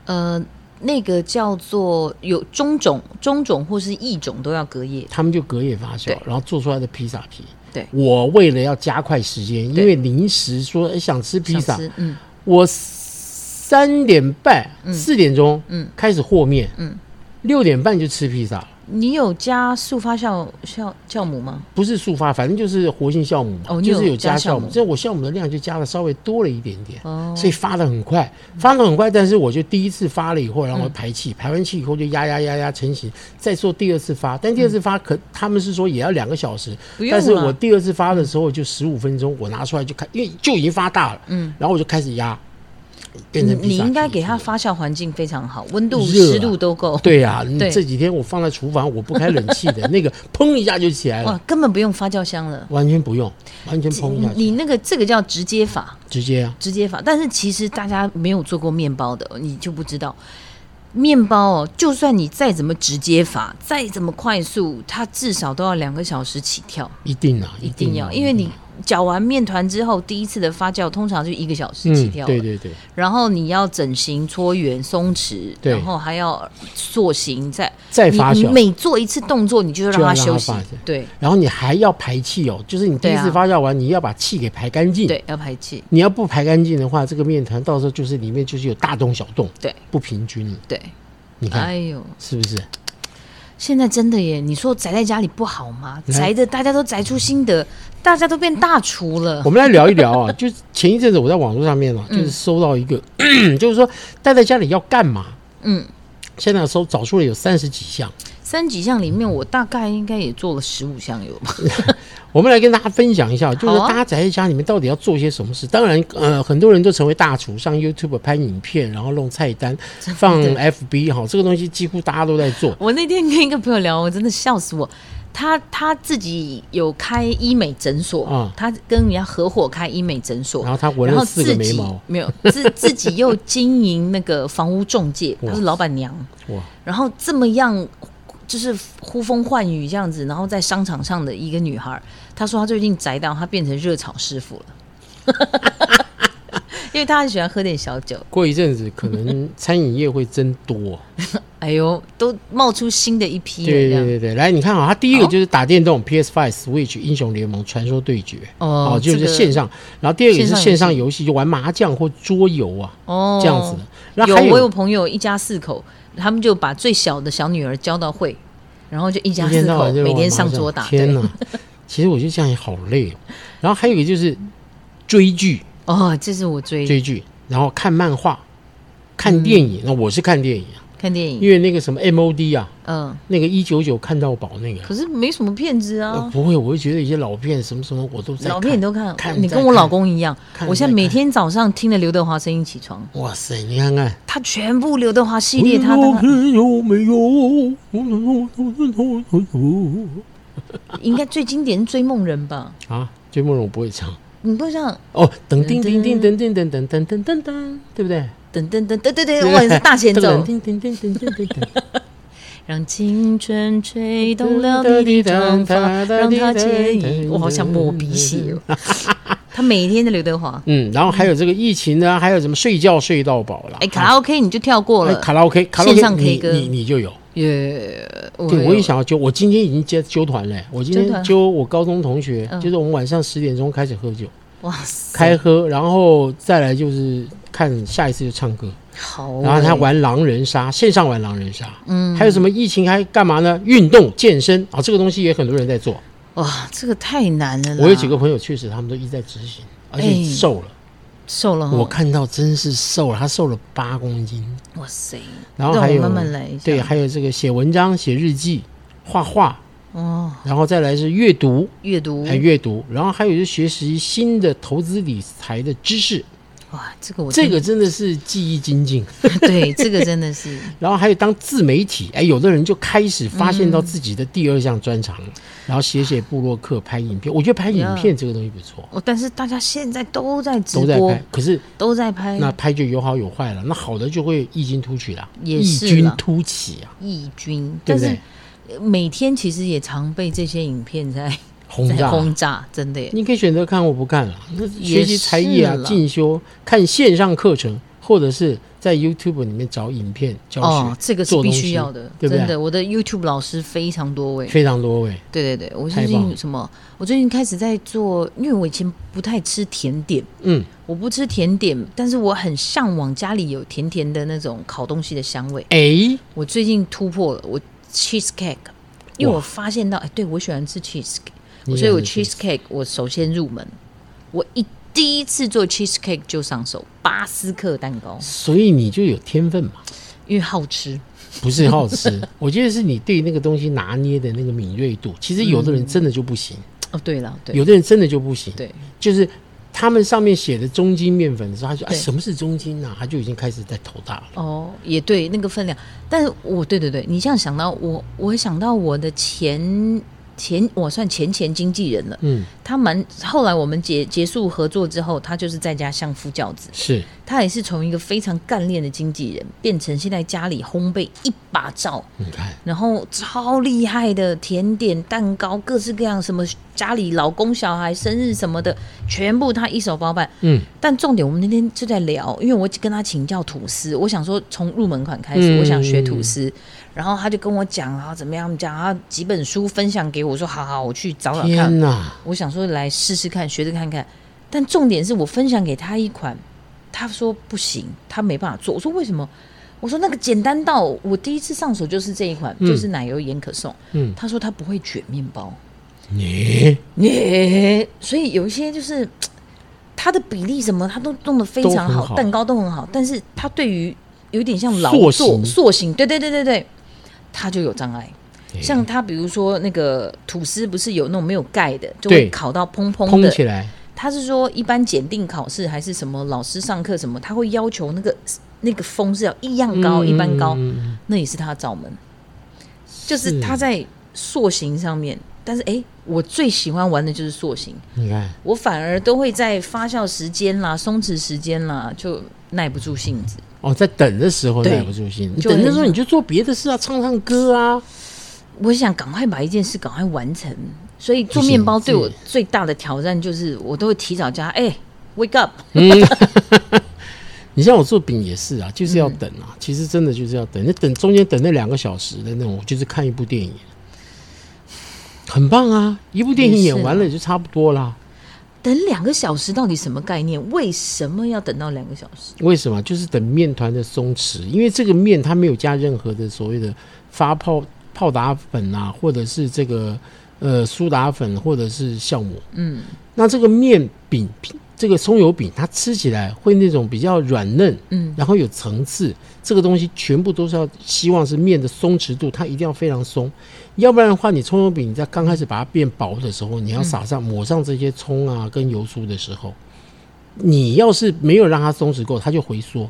[SPEAKER 2] 呃。那个叫做有中种、中种或是异种都要隔夜，
[SPEAKER 1] 他们就隔夜发酵
[SPEAKER 2] 对，
[SPEAKER 1] 然后做出来的披萨皮。
[SPEAKER 2] 对
[SPEAKER 1] 我为了要加快时间，因
[SPEAKER 2] 对
[SPEAKER 1] 为临时说、哎想吃披萨
[SPEAKER 2] 想，吃嗯，
[SPEAKER 1] 我三点半、四点钟
[SPEAKER 2] 嗯
[SPEAKER 1] 开始和面，
[SPEAKER 2] 嗯
[SPEAKER 1] 六点半就吃披萨了。
[SPEAKER 2] 你有加速发酵酵酵母吗？
[SPEAKER 1] 不是速发，反正就是活性酵母嘛，
[SPEAKER 2] 哦你
[SPEAKER 1] 就是
[SPEAKER 2] 有
[SPEAKER 1] 有加
[SPEAKER 2] 加酵
[SPEAKER 1] 酵母
[SPEAKER 2] 母，
[SPEAKER 1] 这我酵母的量就加的稍微多了一点点，
[SPEAKER 2] 哦嗯
[SPEAKER 1] 所以发的很快，发的很快，但是我就第一次发了以后，然后排气，排完气以后就压压压压成型，再做第二次发，但第二次发可、他们是说也要两个小时
[SPEAKER 2] 不，用啊
[SPEAKER 1] 但是
[SPEAKER 2] 了
[SPEAKER 1] 我第二次发的时候就十五分钟，我拿出来就看，因为就已经发大了，嗯，然后我就开始压，变
[SPEAKER 2] 你
[SPEAKER 1] 成披
[SPEAKER 2] 你
[SPEAKER 1] 萨
[SPEAKER 2] 应该
[SPEAKER 1] 皮
[SPEAKER 2] 给
[SPEAKER 1] 之
[SPEAKER 2] 它
[SPEAKER 1] 类的
[SPEAKER 2] 发酵环境非常好，温度、
[SPEAKER 1] 热啊
[SPEAKER 2] 湿度都够。
[SPEAKER 1] 对 呀、你
[SPEAKER 2] 对
[SPEAKER 1] 这几天我放在厨房，我不开冷气的那个，砰一下就起来
[SPEAKER 2] 哇
[SPEAKER 1] 了，，
[SPEAKER 2] 根本不用发酵箱了。
[SPEAKER 1] 完全不用，完全砰一下就，
[SPEAKER 2] 你那个这个叫直接法，
[SPEAKER 1] 直接啊，
[SPEAKER 2] 直接法。但是其实大家没有做过面包的，你就不知道。面包哦，就算你再怎么直接法，再怎么快速，它至少都要两个小时起跳，
[SPEAKER 1] 一定啊，一
[SPEAKER 2] 一定要，因为你搅完面团之后，第一次的发酵通常就一个小时起
[SPEAKER 1] 嗯，
[SPEAKER 2] 跳、
[SPEAKER 1] 对。对对，
[SPEAKER 2] 然后你要整形、搓圆、松弛，
[SPEAKER 1] 对
[SPEAKER 2] 然后还要塑形，再
[SPEAKER 1] 再
[SPEAKER 2] 你
[SPEAKER 1] 发
[SPEAKER 2] 你
[SPEAKER 1] 酵。
[SPEAKER 2] 每做一次动作，你就让
[SPEAKER 1] 就要
[SPEAKER 2] 它
[SPEAKER 1] 让它
[SPEAKER 2] 休息
[SPEAKER 1] 发酵，
[SPEAKER 2] 对
[SPEAKER 1] 然后你还要排气哦，就是你第一
[SPEAKER 2] 对
[SPEAKER 1] 次
[SPEAKER 2] 啊
[SPEAKER 1] 发酵完，你要把气给排干净。，
[SPEAKER 2] 对，要排气，
[SPEAKER 1] 你要不排干净的话，这个面团到时候就是里面就是有大洞小洞，
[SPEAKER 2] 对
[SPEAKER 1] 不平均。
[SPEAKER 2] 对。
[SPEAKER 1] 你看
[SPEAKER 2] 哎呦，
[SPEAKER 1] 是不是？
[SPEAKER 2] 现在真的耶！你说宅在家里不好吗？
[SPEAKER 1] 来
[SPEAKER 2] 宅的大家都宅出心得，大家都变大厨了
[SPEAKER 1] 我。们来聊一聊啊，就是前一阵子我在网络上面啊，
[SPEAKER 2] 嗯
[SPEAKER 1] 就是收到一个， 就是说待在家里要干嘛？
[SPEAKER 2] 嗯，
[SPEAKER 1] 现在搜找出了有三十几项。
[SPEAKER 2] 三几项里面，我大概应该也做了十五项有吧？
[SPEAKER 1] 我们来跟大家分享一下，就是
[SPEAKER 2] 好啊
[SPEAKER 1] 大家宅在家里面到底要做些什么事。当然，呃，很多人都成为大厨，上 YouTube 拍影片，然后弄菜单，放 FB 哈，这个东西几乎大家都在做。
[SPEAKER 2] 我那天跟一个朋友聊，我真的笑死我。他他自己有开医美诊所，
[SPEAKER 1] 啊
[SPEAKER 2] 他跟人家合伙开医美诊所，
[SPEAKER 1] 然后他纹了
[SPEAKER 2] 然后
[SPEAKER 1] 四
[SPEAKER 2] 自
[SPEAKER 1] 个眉
[SPEAKER 2] 己
[SPEAKER 1] 毛
[SPEAKER 2] 没有自自己又经营那个房屋中介，
[SPEAKER 1] 哇
[SPEAKER 2] 她是老板娘，
[SPEAKER 1] 哇，
[SPEAKER 2] 然后这么样就是呼风唤雨这样子，然后在商场上的一个女孩，她说她最近宅到她变成热炒师傅了， 因为她很喜欢喝点小酒。
[SPEAKER 1] 过一阵子可能餐饮业会增多。
[SPEAKER 2] 哎呦，都冒出新的一批人
[SPEAKER 1] 对
[SPEAKER 2] 这
[SPEAKER 1] 对
[SPEAKER 2] 样。
[SPEAKER 1] 对对，来，你看啊，他第一个
[SPEAKER 2] 好
[SPEAKER 1] 就是打电动，PS5、Switch、英雄联盟、传说对决，
[SPEAKER 2] 哦
[SPEAKER 1] 就是
[SPEAKER 2] 这个
[SPEAKER 1] 线上。然后第二个也是线
[SPEAKER 2] 线上
[SPEAKER 1] 上游戏，就玩麻将或桌游啊，
[SPEAKER 2] 哦，
[SPEAKER 1] 这样子的。然后
[SPEAKER 2] 有
[SPEAKER 1] 还
[SPEAKER 2] 我有朋友一家四口，他们就把最小的小女儿教到会，然后就一家
[SPEAKER 1] 一
[SPEAKER 2] 四
[SPEAKER 1] 天到
[SPEAKER 2] 口
[SPEAKER 1] 晚就
[SPEAKER 2] 每天
[SPEAKER 1] 玩麻
[SPEAKER 2] 上
[SPEAKER 1] 将
[SPEAKER 2] 桌打。
[SPEAKER 1] 天
[SPEAKER 2] 对，
[SPEAKER 1] 哪！其实我觉得这样也好累哦。然后还有一个就是追剧，
[SPEAKER 2] 哦，这是我追
[SPEAKER 1] 追剧，然后看漫画，看电
[SPEAKER 2] 嗯
[SPEAKER 1] 影。那我是看电影啊，
[SPEAKER 2] 看电影，
[SPEAKER 1] 因为那个什么 MOD 啊，
[SPEAKER 2] 嗯，
[SPEAKER 1] 那个一九九看到饱那个。
[SPEAKER 2] 可是没什么骗子
[SPEAKER 1] 呃
[SPEAKER 2] 啊。
[SPEAKER 1] 不会，我会觉得一些老片什么什么我都在
[SPEAKER 2] 老片你都看，你
[SPEAKER 1] 再
[SPEAKER 2] 跟我老公一样
[SPEAKER 1] 看，
[SPEAKER 2] 我现在
[SPEAKER 1] 再
[SPEAKER 2] 每
[SPEAKER 1] 看
[SPEAKER 2] 天早上听着刘德华声音起床，
[SPEAKER 1] 哇塞，你看看，
[SPEAKER 2] 他全部刘德华系列，他
[SPEAKER 1] 我
[SPEAKER 2] 大概
[SPEAKER 1] 朋友没有？
[SPEAKER 2] 应该最经典是《追梦人》吧？
[SPEAKER 1] 啊，追梦人我不会唱
[SPEAKER 2] 你不像
[SPEAKER 1] 哦，噔叮叮叮噔噔噔噔噔噔噔噔，对不对？
[SPEAKER 2] 噔噔噔噔噔 噔，哇，你是大前奏，
[SPEAKER 1] 噔噔噔噔噔噔噔。
[SPEAKER 2] 让青春吹动了你的长发，让它牵引。我好想抹 鼻血哦。他每天的刘德华，
[SPEAKER 1] 嗯，然后还有这个疫情呢，还有什么睡觉睡到饱啦，
[SPEAKER 2] 哎，卡拉 OK 你就跳过
[SPEAKER 1] 哎
[SPEAKER 2] 了，
[SPEAKER 1] 卡拉 OK，卡拉
[SPEAKER 2] 线上
[SPEAKER 1] OK，
[SPEAKER 2] K
[SPEAKER 1] 你
[SPEAKER 2] 歌
[SPEAKER 1] 你你就有。
[SPEAKER 2] 耶，
[SPEAKER 1] 对，我
[SPEAKER 2] 有
[SPEAKER 1] 也想要揪，我今天已经接揪团了。我今
[SPEAKER 2] 揪
[SPEAKER 1] 天
[SPEAKER 2] 团
[SPEAKER 1] 揪我高中同学，
[SPEAKER 2] 嗯
[SPEAKER 1] 就是我们晚上十点钟开始喝酒，
[SPEAKER 2] 哇塞，
[SPEAKER 1] 开喝，然后再来就是看下一次就唱歌，
[SPEAKER 2] 好，
[SPEAKER 1] 然后他，玩狼人杀，线上玩狼人杀，
[SPEAKER 2] 哦嗯，
[SPEAKER 1] 还有什么疫情还干嘛呢？运动健身啊，这个东西也很多人在做。
[SPEAKER 2] 哇，这个太难了啦。
[SPEAKER 1] 我有几个朋友确实他们都一直在执行，而且
[SPEAKER 2] 啊哎
[SPEAKER 1] 瘦了，
[SPEAKER 2] 瘦了，
[SPEAKER 1] 我，看到真是瘦了，他瘦了八公斤。
[SPEAKER 2] 哇塞，
[SPEAKER 1] 然后
[SPEAKER 2] 让
[SPEAKER 1] 还
[SPEAKER 2] 我
[SPEAKER 1] 有
[SPEAKER 2] 慢慢来一下，
[SPEAKER 1] 对，还有这个写文章、写日记、画画，
[SPEAKER 2] 哦，
[SPEAKER 1] 然后再来是阅读，
[SPEAKER 2] 阅读，
[SPEAKER 1] 还有阅读，然后还有就是学习新的投资理财的知识，
[SPEAKER 2] 哇，这个我
[SPEAKER 1] 这
[SPEAKER 2] 真
[SPEAKER 1] 个真的是技艺精进。
[SPEAKER 2] 对，这个真的 是
[SPEAKER 1] 然后还有当自媒体，哎，有的人就开始发现到自己的第二项专长，然后写写部落客、拍影片。我觉得拍影片这个东西不错，
[SPEAKER 2] 哦，但是大家现在都在直
[SPEAKER 1] 都在
[SPEAKER 2] 播
[SPEAKER 1] 拍，，可是
[SPEAKER 2] 都在拍，
[SPEAKER 1] 那拍就有好有坏了，那好的就会异军突起啦，
[SPEAKER 2] 也
[SPEAKER 1] 异
[SPEAKER 2] 是
[SPEAKER 1] 军
[SPEAKER 2] 啦
[SPEAKER 1] 突起啊，
[SPEAKER 2] 义军，
[SPEAKER 1] 对
[SPEAKER 2] 但
[SPEAKER 1] 不对
[SPEAKER 2] 是呃每天其实也常被这些影片在
[SPEAKER 1] 轰
[SPEAKER 2] 在
[SPEAKER 1] 炸啊。
[SPEAKER 2] 轰炸，真的耶，
[SPEAKER 1] 你可以选择看或不看了。那学
[SPEAKER 2] 也
[SPEAKER 1] 习
[SPEAKER 2] 是
[SPEAKER 1] 才艺啊，
[SPEAKER 2] 啦
[SPEAKER 1] 进修，看线上课程，或者是在 YouTube 里面找影片教学，
[SPEAKER 2] 哦，这个是
[SPEAKER 1] 做
[SPEAKER 2] 必
[SPEAKER 1] 东西
[SPEAKER 2] 须要的，
[SPEAKER 1] 对不
[SPEAKER 2] 真
[SPEAKER 1] 对
[SPEAKER 2] 的，？我的 YouTube 老师非常多位，
[SPEAKER 1] 非常多位，
[SPEAKER 2] 对对对，我
[SPEAKER 1] 太
[SPEAKER 2] 最
[SPEAKER 1] 棒了
[SPEAKER 2] 近什么，我最近开始在做，因为我以前不太吃甜点。
[SPEAKER 1] 嗯，
[SPEAKER 2] 我不吃甜点，但是我很向往家里有甜甜的那种烤东西的香味。
[SPEAKER 1] 哎，
[SPEAKER 2] 我最近突破了，我 cheesecake 因为我发现到，哎，对我喜欢吃 cheesecake，
[SPEAKER 1] 你喜
[SPEAKER 2] 所以
[SPEAKER 1] 欢
[SPEAKER 2] 我
[SPEAKER 1] 吃
[SPEAKER 2] cheesecake 我首先入门，我一第一次做 cheesecake 就上手，巴斯克蛋糕，
[SPEAKER 1] 所以你就有天分嘛，
[SPEAKER 2] 因为好吃，
[SPEAKER 1] 不是好 吃。我觉得是你对那个东西拿捏的那个敏锐度。其实有的人真的就不行，
[SPEAKER 2] 哦，对了，对，
[SPEAKER 1] 有的人真的就不行。
[SPEAKER 2] 对，
[SPEAKER 1] 就是他们上面写的中筋面粉的时候，他说：“哎，
[SPEAKER 2] 对
[SPEAKER 1] 什么是中筋啊？”他就已经开始在头大了。
[SPEAKER 2] 哦，也对，那个分量。但是我对对对，你这样想到我，我想到我的前前，我算前前经纪人了。
[SPEAKER 1] 嗯，
[SPEAKER 2] 他蛮后来我们结结束合作之后，他就是在家相夫教子。
[SPEAKER 1] 是
[SPEAKER 2] 他也是从一个非常干练的经纪人，变成现在家里烘焙一把罩，
[SPEAKER 1] 你看，
[SPEAKER 2] 然后超厉害的甜点、蛋糕，各式各样，什么家里老公、小孩生日什么的，全部他一手包办。
[SPEAKER 1] 嗯，
[SPEAKER 2] 但重点，我们那天就在聊，因为我跟他请教吐司，我想说从入门款开始，
[SPEAKER 1] 嗯
[SPEAKER 2] 我想学吐司，然后他就跟我讲啊，怎么样讲啊，几本书分享给我，我说好好，我去找找看。
[SPEAKER 1] 天哪，
[SPEAKER 2] 我想说来试试看，学着看看。但重点是我分享给他一款，他说不行，他没办法做。我说为什么？我说那个简单到我第一次上手就是这一款，就是奶油盐可颂。
[SPEAKER 1] 嗯
[SPEAKER 2] 他说他不会卷面包。
[SPEAKER 1] 你
[SPEAKER 2] 耶、 所以有一些就是它的比例什么，它都弄得非常
[SPEAKER 1] 都
[SPEAKER 2] 好，
[SPEAKER 1] 很好
[SPEAKER 2] 蛋糕都很好，但是它对于有点像劳
[SPEAKER 1] 塑
[SPEAKER 2] 作
[SPEAKER 1] 形
[SPEAKER 2] 塑形，对对对对对，它就有障碍。
[SPEAKER 1] 哎
[SPEAKER 2] 像它比如说那个吐司，不是有那种没有盖的，就
[SPEAKER 1] 对
[SPEAKER 2] 会烤到蓬蓬
[SPEAKER 1] 蓬
[SPEAKER 2] 的。
[SPEAKER 1] 起来，
[SPEAKER 2] 他是说一般检定考试还是什么老师上课什么，他会要求那个那个峰是要一样高，
[SPEAKER 1] 嗯
[SPEAKER 2] 一般高。
[SPEAKER 1] 嗯嗯
[SPEAKER 2] 那也是他的罩门，就是
[SPEAKER 1] 是
[SPEAKER 2] 他在塑形上面。但是哎、诶我最喜欢玩的就是塑形，
[SPEAKER 1] 你看，
[SPEAKER 2] 我反而都会在发酵时间啦、松弛时间啦，就耐不住性子。
[SPEAKER 1] 哦，在等的时候
[SPEAKER 2] 对
[SPEAKER 1] 耐不住心，你
[SPEAKER 2] 就很
[SPEAKER 1] 等的时候
[SPEAKER 2] 想
[SPEAKER 1] 你就做别的事啊，唱唱歌啊，
[SPEAKER 2] 我想赶快把一件事赶快完成，所以
[SPEAKER 1] 不
[SPEAKER 2] 做
[SPEAKER 1] 行
[SPEAKER 2] 面包对
[SPEAKER 1] 是
[SPEAKER 2] 我最大的挑战就是，我都会提早叫他哎、wake up，
[SPEAKER 1] 你像我做饼也是啊，就是要
[SPEAKER 2] 嗯
[SPEAKER 1] 等啊，其实真的就是要等，那等中间等那两个小时的那种，我就是看一部电影，很棒啊，一部电影演
[SPEAKER 2] 啊
[SPEAKER 1] 完了也就差不多啦。
[SPEAKER 2] 等两个小时到底什么概念？为什么要等到两个小时？
[SPEAKER 1] 为什么？就是等面团的松弛，因为这个面它没有加任何的所谓的发泡泡打粉啊，或者是这个呃苏打粉，或者是酵母。
[SPEAKER 2] 嗯，
[SPEAKER 1] 那这个面饼，这个松油饼，它吃起来会那种比较软嫩，
[SPEAKER 2] 嗯，
[SPEAKER 1] 然后有层次。这个东西全部都是要希望是面的松弛度，它一定要非常松，要不然的话，你葱油饼你在刚开始把它变薄的时候，你要撒上抹上这些葱啊跟油酥的时候，你要是没有让它松弛够，它就回缩。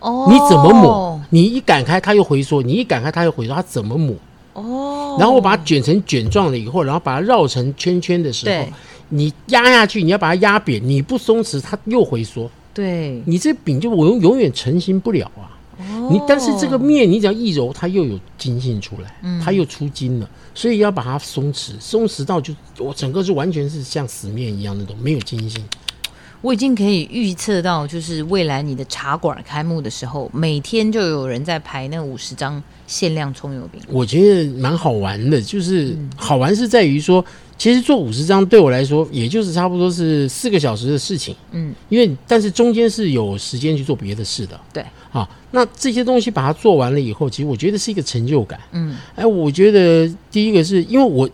[SPEAKER 2] 哦，
[SPEAKER 1] 你怎么抹？你一擀开它又回缩，你一擀开它又回缩，它怎么抹？
[SPEAKER 2] 哦，
[SPEAKER 1] 然后我把它卷成卷状了以后，然后把它绕成圈圈的时候
[SPEAKER 2] 对，
[SPEAKER 1] 你压下去，你要把它压扁，你不松弛，它又回缩，
[SPEAKER 2] 对，
[SPEAKER 1] 你这饼就永永远成型不了啊。
[SPEAKER 2] 哦
[SPEAKER 1] 你但是这个面，你只要一揉，它又有筋性出来，
[SPEAKER 2] 嗯
[SPEAKER 1] 它又出筋了，所以要把它松弛，松弛到就我整个是完全是像死面一样那种，没有筋性。
[SPEAKER 2] 我已经可以预测到，就是未来你的茶馆开幕的时候，每天就有人在排那五十张限量葱油饼。
[SPEAKER 1] 我觉得蛮好玩的，就是
[SPEAKER 2] 嗯
[SPEAKER 1] 好玩是在于说，其实做五十张对我来说，也就是差不多是四个小时的事情。
[SPEAKER 2] 嗯，
[SPEAKER 1] 因为但是中间是有时间去做别的事的
[SPEAKER 2] 对，
[SPEAKER 1] 啊。那这些东西把它做完了以后，其实我觉得是一个成就感。
[SPEAKER 2] 嗯，
[SPEAKER 1] 哎，我觉得第一个是因为我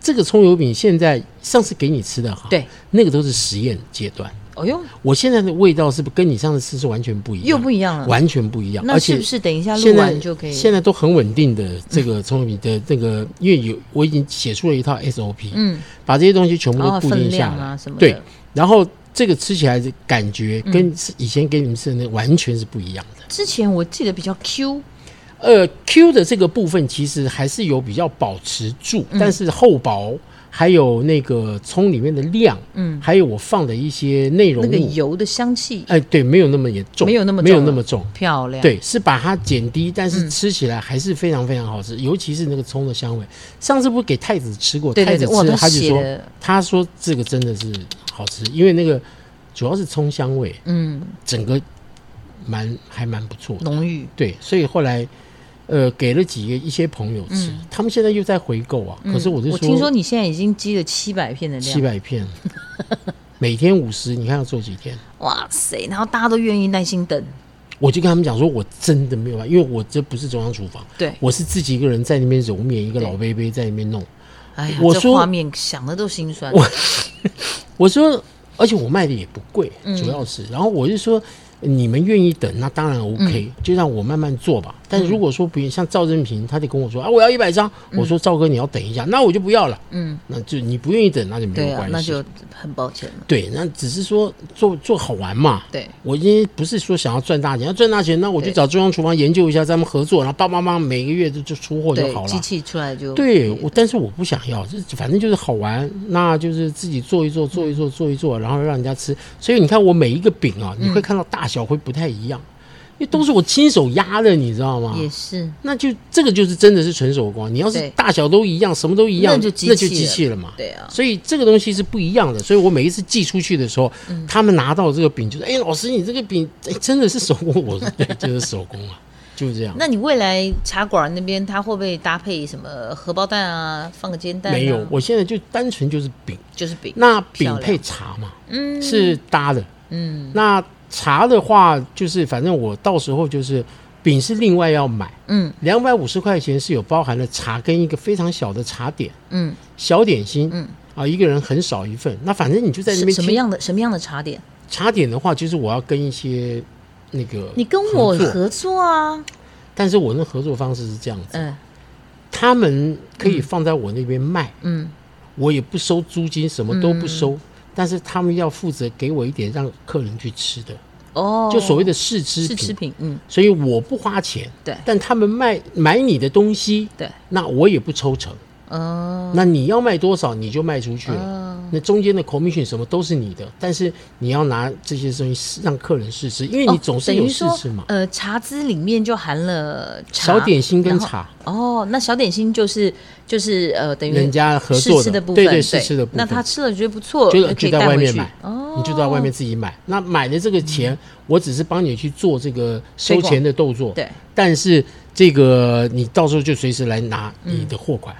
[SPEAKER 1] 这个葱油饼现在上次给你吃的哈，，
[SPEAKER 2] 对，
[SPEAKER 1] 那个都是实验阶段，
[SPEAKER 2] 哦哟，
[SPEAKER 1] 我现在的味道是不跟你上次吃是完全不一样，
[SPEAKER 2] 又不一样了。
[SPEAKER 1] 完全不一样，
[SPEAKER 2] 那
[SPEAKER 1] 而
[SPEAKER 2] 是
[SPEAKER 1] 且
[SPEAKER 2] 不是等一下录
[SPEAKER 1] 现在
[SPEAKER 2] 完就可以？
[SPEAKER 1] 现在都很稳定的这个聪明的这个，因为有我已经写出了一套 SOP，、
[SPEAKER 2] 嗯，
[SPEAKER 1] 把这些东西全部
[SPEAKER 2] 然
[SPEAKER 1] 都
[SPEAKER 2] 后
[SPEAKER 1] 固
[SPEAKER 2] 分
[SPEAKER 1] 定下
[SPEAKER 2] 量
[SPEAKER 1] 来，
[SPEAKER 2] 啊什么的。
[SPEAKER 1] 对，然后这个吃起来的感觉跟以前给你们吃的那完全是不一样的。
[SPEAKER 2] 之前我记得比较 Q，
[SPEAKER 1] 呃，Q 的这个部分其实还是有比较保持住，
[SPEAKER 2] 嗯
[SPEAKER 1] 但是厚薄还有那个葱里面的量，
[SPEAKER 2] 嗯，
[SPEAKER 1] 还有我放的一些内容
[SPEAKER 2] 那个
[SPEAKER 1] 物，
[SPEAKER 2] 油的香气
[SPEAKER 1] 哎、对，没有那么严重，
[SPEAKER 2] 没有那么
[SPEAKER 1] 没有
[SPEAKER 2] 重
[SPEAKER 1] 那
[SPEAKER 2] 了
[SPEAKER 1] 么重。
[SPEAKER 2] 漂亮。，
[SPEAKER 1] 对，是把它减低，但
[SPEAKER 2] 嗯
[SPEAKER 1] 是吃起来还是非常非常好吃，尤其是那个葱的香味。上次不是给太子吃过，
[SPEAKER 2] 对对
[SPEAKER 1] 太
[SPEAKER 2] 对
[SPEAKER 1] 子吃
[SPEAKER 2] 哇
[SPEAKER 1] 了
[SPEAKER 2] 他
[SPEAKER 1] 他就
[SPEAKER 2] 写
[SPEAKER 1] 说
[SPEAKER 2] 的，
[SPEAKER 1] 他说这个真的是好吃，因为那个主要是葱香味，
[SPEAKER 2] 嗯，
[SPEAKER 1] 整个蛮还蛮不错的。
[SPEAKER 2] 浓郁。
[SPEAKER 1] 对，所以后来呃给了几个一些朋友吃，他们现在又在回购啊。可是我就
[SPEAKER 2] 嗯我听说你现在已经积了七百片的
[SPEAKER 1] 七
[SPEAKER 2] 量，
[SPEAKER 1] 百片，每天五十，你看要做几天？
[SPEAKER 2] 哇塞！然后大家都愿意耐心等，
[SPEAKER 1] 我就跟他们讲说，我真的没有办法，因为我这不是中央厨房，
[SPEAKER 2] 对，
[SPEAKER 1] 我是自己一个人在那边揉面，一个老贝贝在那边弄。
[SPEAKER 2] 哎呀，
[SPEAKER 1] 我
[SPEAKER 2] 这
[SPEAKER 1] 说
[SPEAKER 2] 画面想的都心酸。
[SPEAKER 1] 我说，而且我卖的也不贵，
[SPEAKER 2] 嗯
[SPEAKER 1] 主要是。然后我就说，你们愿意等，那当然 OK，、就
[SPEAKER 2] 嗯
[SPEAKER 1] 让我慢慢做吧。但如果说不像赵正平，他就跟我说啊，我要一百张，我说赵哥你要等一下，那我就不要了。
[SPEAKER 2] 嗯，
[SPEAKER 1] 那就你不愿意等，那就没
[SPEAKER 2] 对
[SPEAKER 1] 有
[SPEAKER 2] 啊
[SPEAKER 1] 关，系。
[SPEAKER 2] 那就很抱歉了。
[SPEAKER 1] 对，那只是说做做好玩嘛。
[SPEAKER 2] 对，
[SPEAKER 1] 我今天不是说想要赚大钱，要赚大钱，那我就
[SPEAKER 2] 对
[SPEAKER 1] 找中央厨房研究一下，咱们合作，然后爸爸妈妈每个月就就出货就
[SPEAKER 2] 对
[SPEAKER 1] 好，
[SPEAKER 2] 机
[SPEAKER 1] 了。
[SPEAKER 2] 器出来就
[SPEAKER 1] 对，我但是我不想要，就是反正就是好玩，那就是自己做一做，做一做，做一做，然后让人家吃。所以你看我每一个饼啊，你
[SPEAKER 2] 嗯
[SPEAKER 1] 会看到大小会不太一样，因为都是我亲手压的，你知道吗？
[SPEAKER 2] 也是。
[SPEAKER 1] 那就这个就是真的是纯手工，你要是
[SPEAKER 2] 对
[SPEAKER 1] 大小都一样，什么都一样，
[SPEAKER 2] 那就机器
[SPEAKER 1] 机器了嘛。
[SPEAKER 2] 对啊，
[SPEAKER 1] 所以这个东西是不一样的。所以我每一次寄出去的时候，
[SPEAKER 2] 嗯
[SPEAKER 1] 他们拿到这个饼就是，哎，老师你这个饼哎真的是手工，我说对，就是手工啊，就是这样。
[SPEAKER 2] 那你未来茶馆那边，它会不会搭配什么荷包蛋啊，放个煎蛋、啊？
[SPEAKER 1] 没有，我现在就单纯就是饼，
[SPEAKER 2] 就是饼。
[SPEAKER 1] 那
[SPEAKER 2] 漂
[SPEAKER 1] 饼
[SPEAKER 2] 亮
[SPEAKER 1] 配茶嘛，
[SPEAKER 2] 嗯
[SPEAKER 1] 是搭的。
[SPEAKER 2] 嗯
[SPEAKER 1] 那茶的话，就是反正我到时候就是饼是另外要买，
[SPEAKER 2] 嗯
[SPEAKER 1] 两百五十块钱是有包含了茶跟一个非常小的茶点
[SPEAKER 2] 嗯，
[SPEAKER 1] 小点心，
[SPEAKER 2] 嗯
[SPEAKER 1] 啊，一个人很少一份。那反正你就在那
[SPEAKER 2] 什
[SPEAKER 1] 边
[SPEAKER 2] 什么
[SPEAKER 1] 听。
[SPEAKER 2] 样的什么样的茶点？
[SPEAKER 1] 茶点的话，就是我要跟一些那个
[SPEAKER 2] 你跟我
[SPEAKER 1] 合作，
[SPEAKER 2] 合作啊？
[SPEAKER 1] 但是我那合作方式是这样子，
[SPEAKER 2] 嗯
[SPEAKER 1] 他们可以放在我那边卖，
[SPEAKER 2] 嗯，
[SPEAKER 1] 我也不收租金，什么都不收。但是他们要负责给我一点让客人去吃的，
[SPEAKER 2] 哦，
[SPEAKER 1] 就所谓的试吃
[SPEAKER 2] 是吃
[SPEAKER 1] 品，
[SPEAKER 2] 品，嗯，
[SPEAKER 1] 所以我不花钱，
[SPEAKER 2] 对
[SPEAKER 1] 但他们卖买你的东西，
[SPEAKER 2] 对，
[SPEAKER 1] 那我也不抽成，
[SPEAKER 2] 哦，
[SPEAKER 1] 那你要卖多少你就卖出去了，
[SPEAKER 2] 哦
[SPEAKER 1] 那中间的 commission 什么都是你的，但是你要拿这些东西试让客人试吃，因为你总是
[SPEAKER 2] 哦等
[SPEAKER 1] 有
[SPEAKER 2] 于
[SPEAKER 1] 试
[SPEAKER 2] 说
[SPEAKER 1] 吃嘛。
[SPEAKER 2] 呃，茶资里面就含了茶
[SPEAKER 1] 小点心跟。
[SPEAKER 2] 然后
[SPEAKER 1] 茶，
[SPEAKER 2] 哦，那小点心就是就是呃，等于
[SPEAKER 1] 人家合
[SPEAKER 2] 试
[SPEAKER 1] 作
[SPEAKER 2] 吃的部分，
[SPEAKER 1] 对对，试吃的部分，
[SPEAKER 2] 那他吃了觉得不错，
[SPEAKER 1] 就
[SPEAKER 2] 呃可
[SPEAKER 1] 就
[SPEAKER 2] 以
[SPEAKER 1] 在
[SPEAKER 2] 带
[SPEAKER 1] 外
[SPEAKER 2] 回
[SPEAKER 1] 面
[SPEAKER 2] 去
[SPEAKER 1] 买。，
[SPEAKER 2] 哦，嗯
[SPEAKER 1] 你就在外面自己买。那买的这个钱，我只是帮你去做这个收钱的动作，
[SPEAKER 2] 哦对，
[SPEAKER 1] 但是这个你到时候就随时来拿
[SPEAKER 2] 嗯
[SPEAKER 1] 你的货款，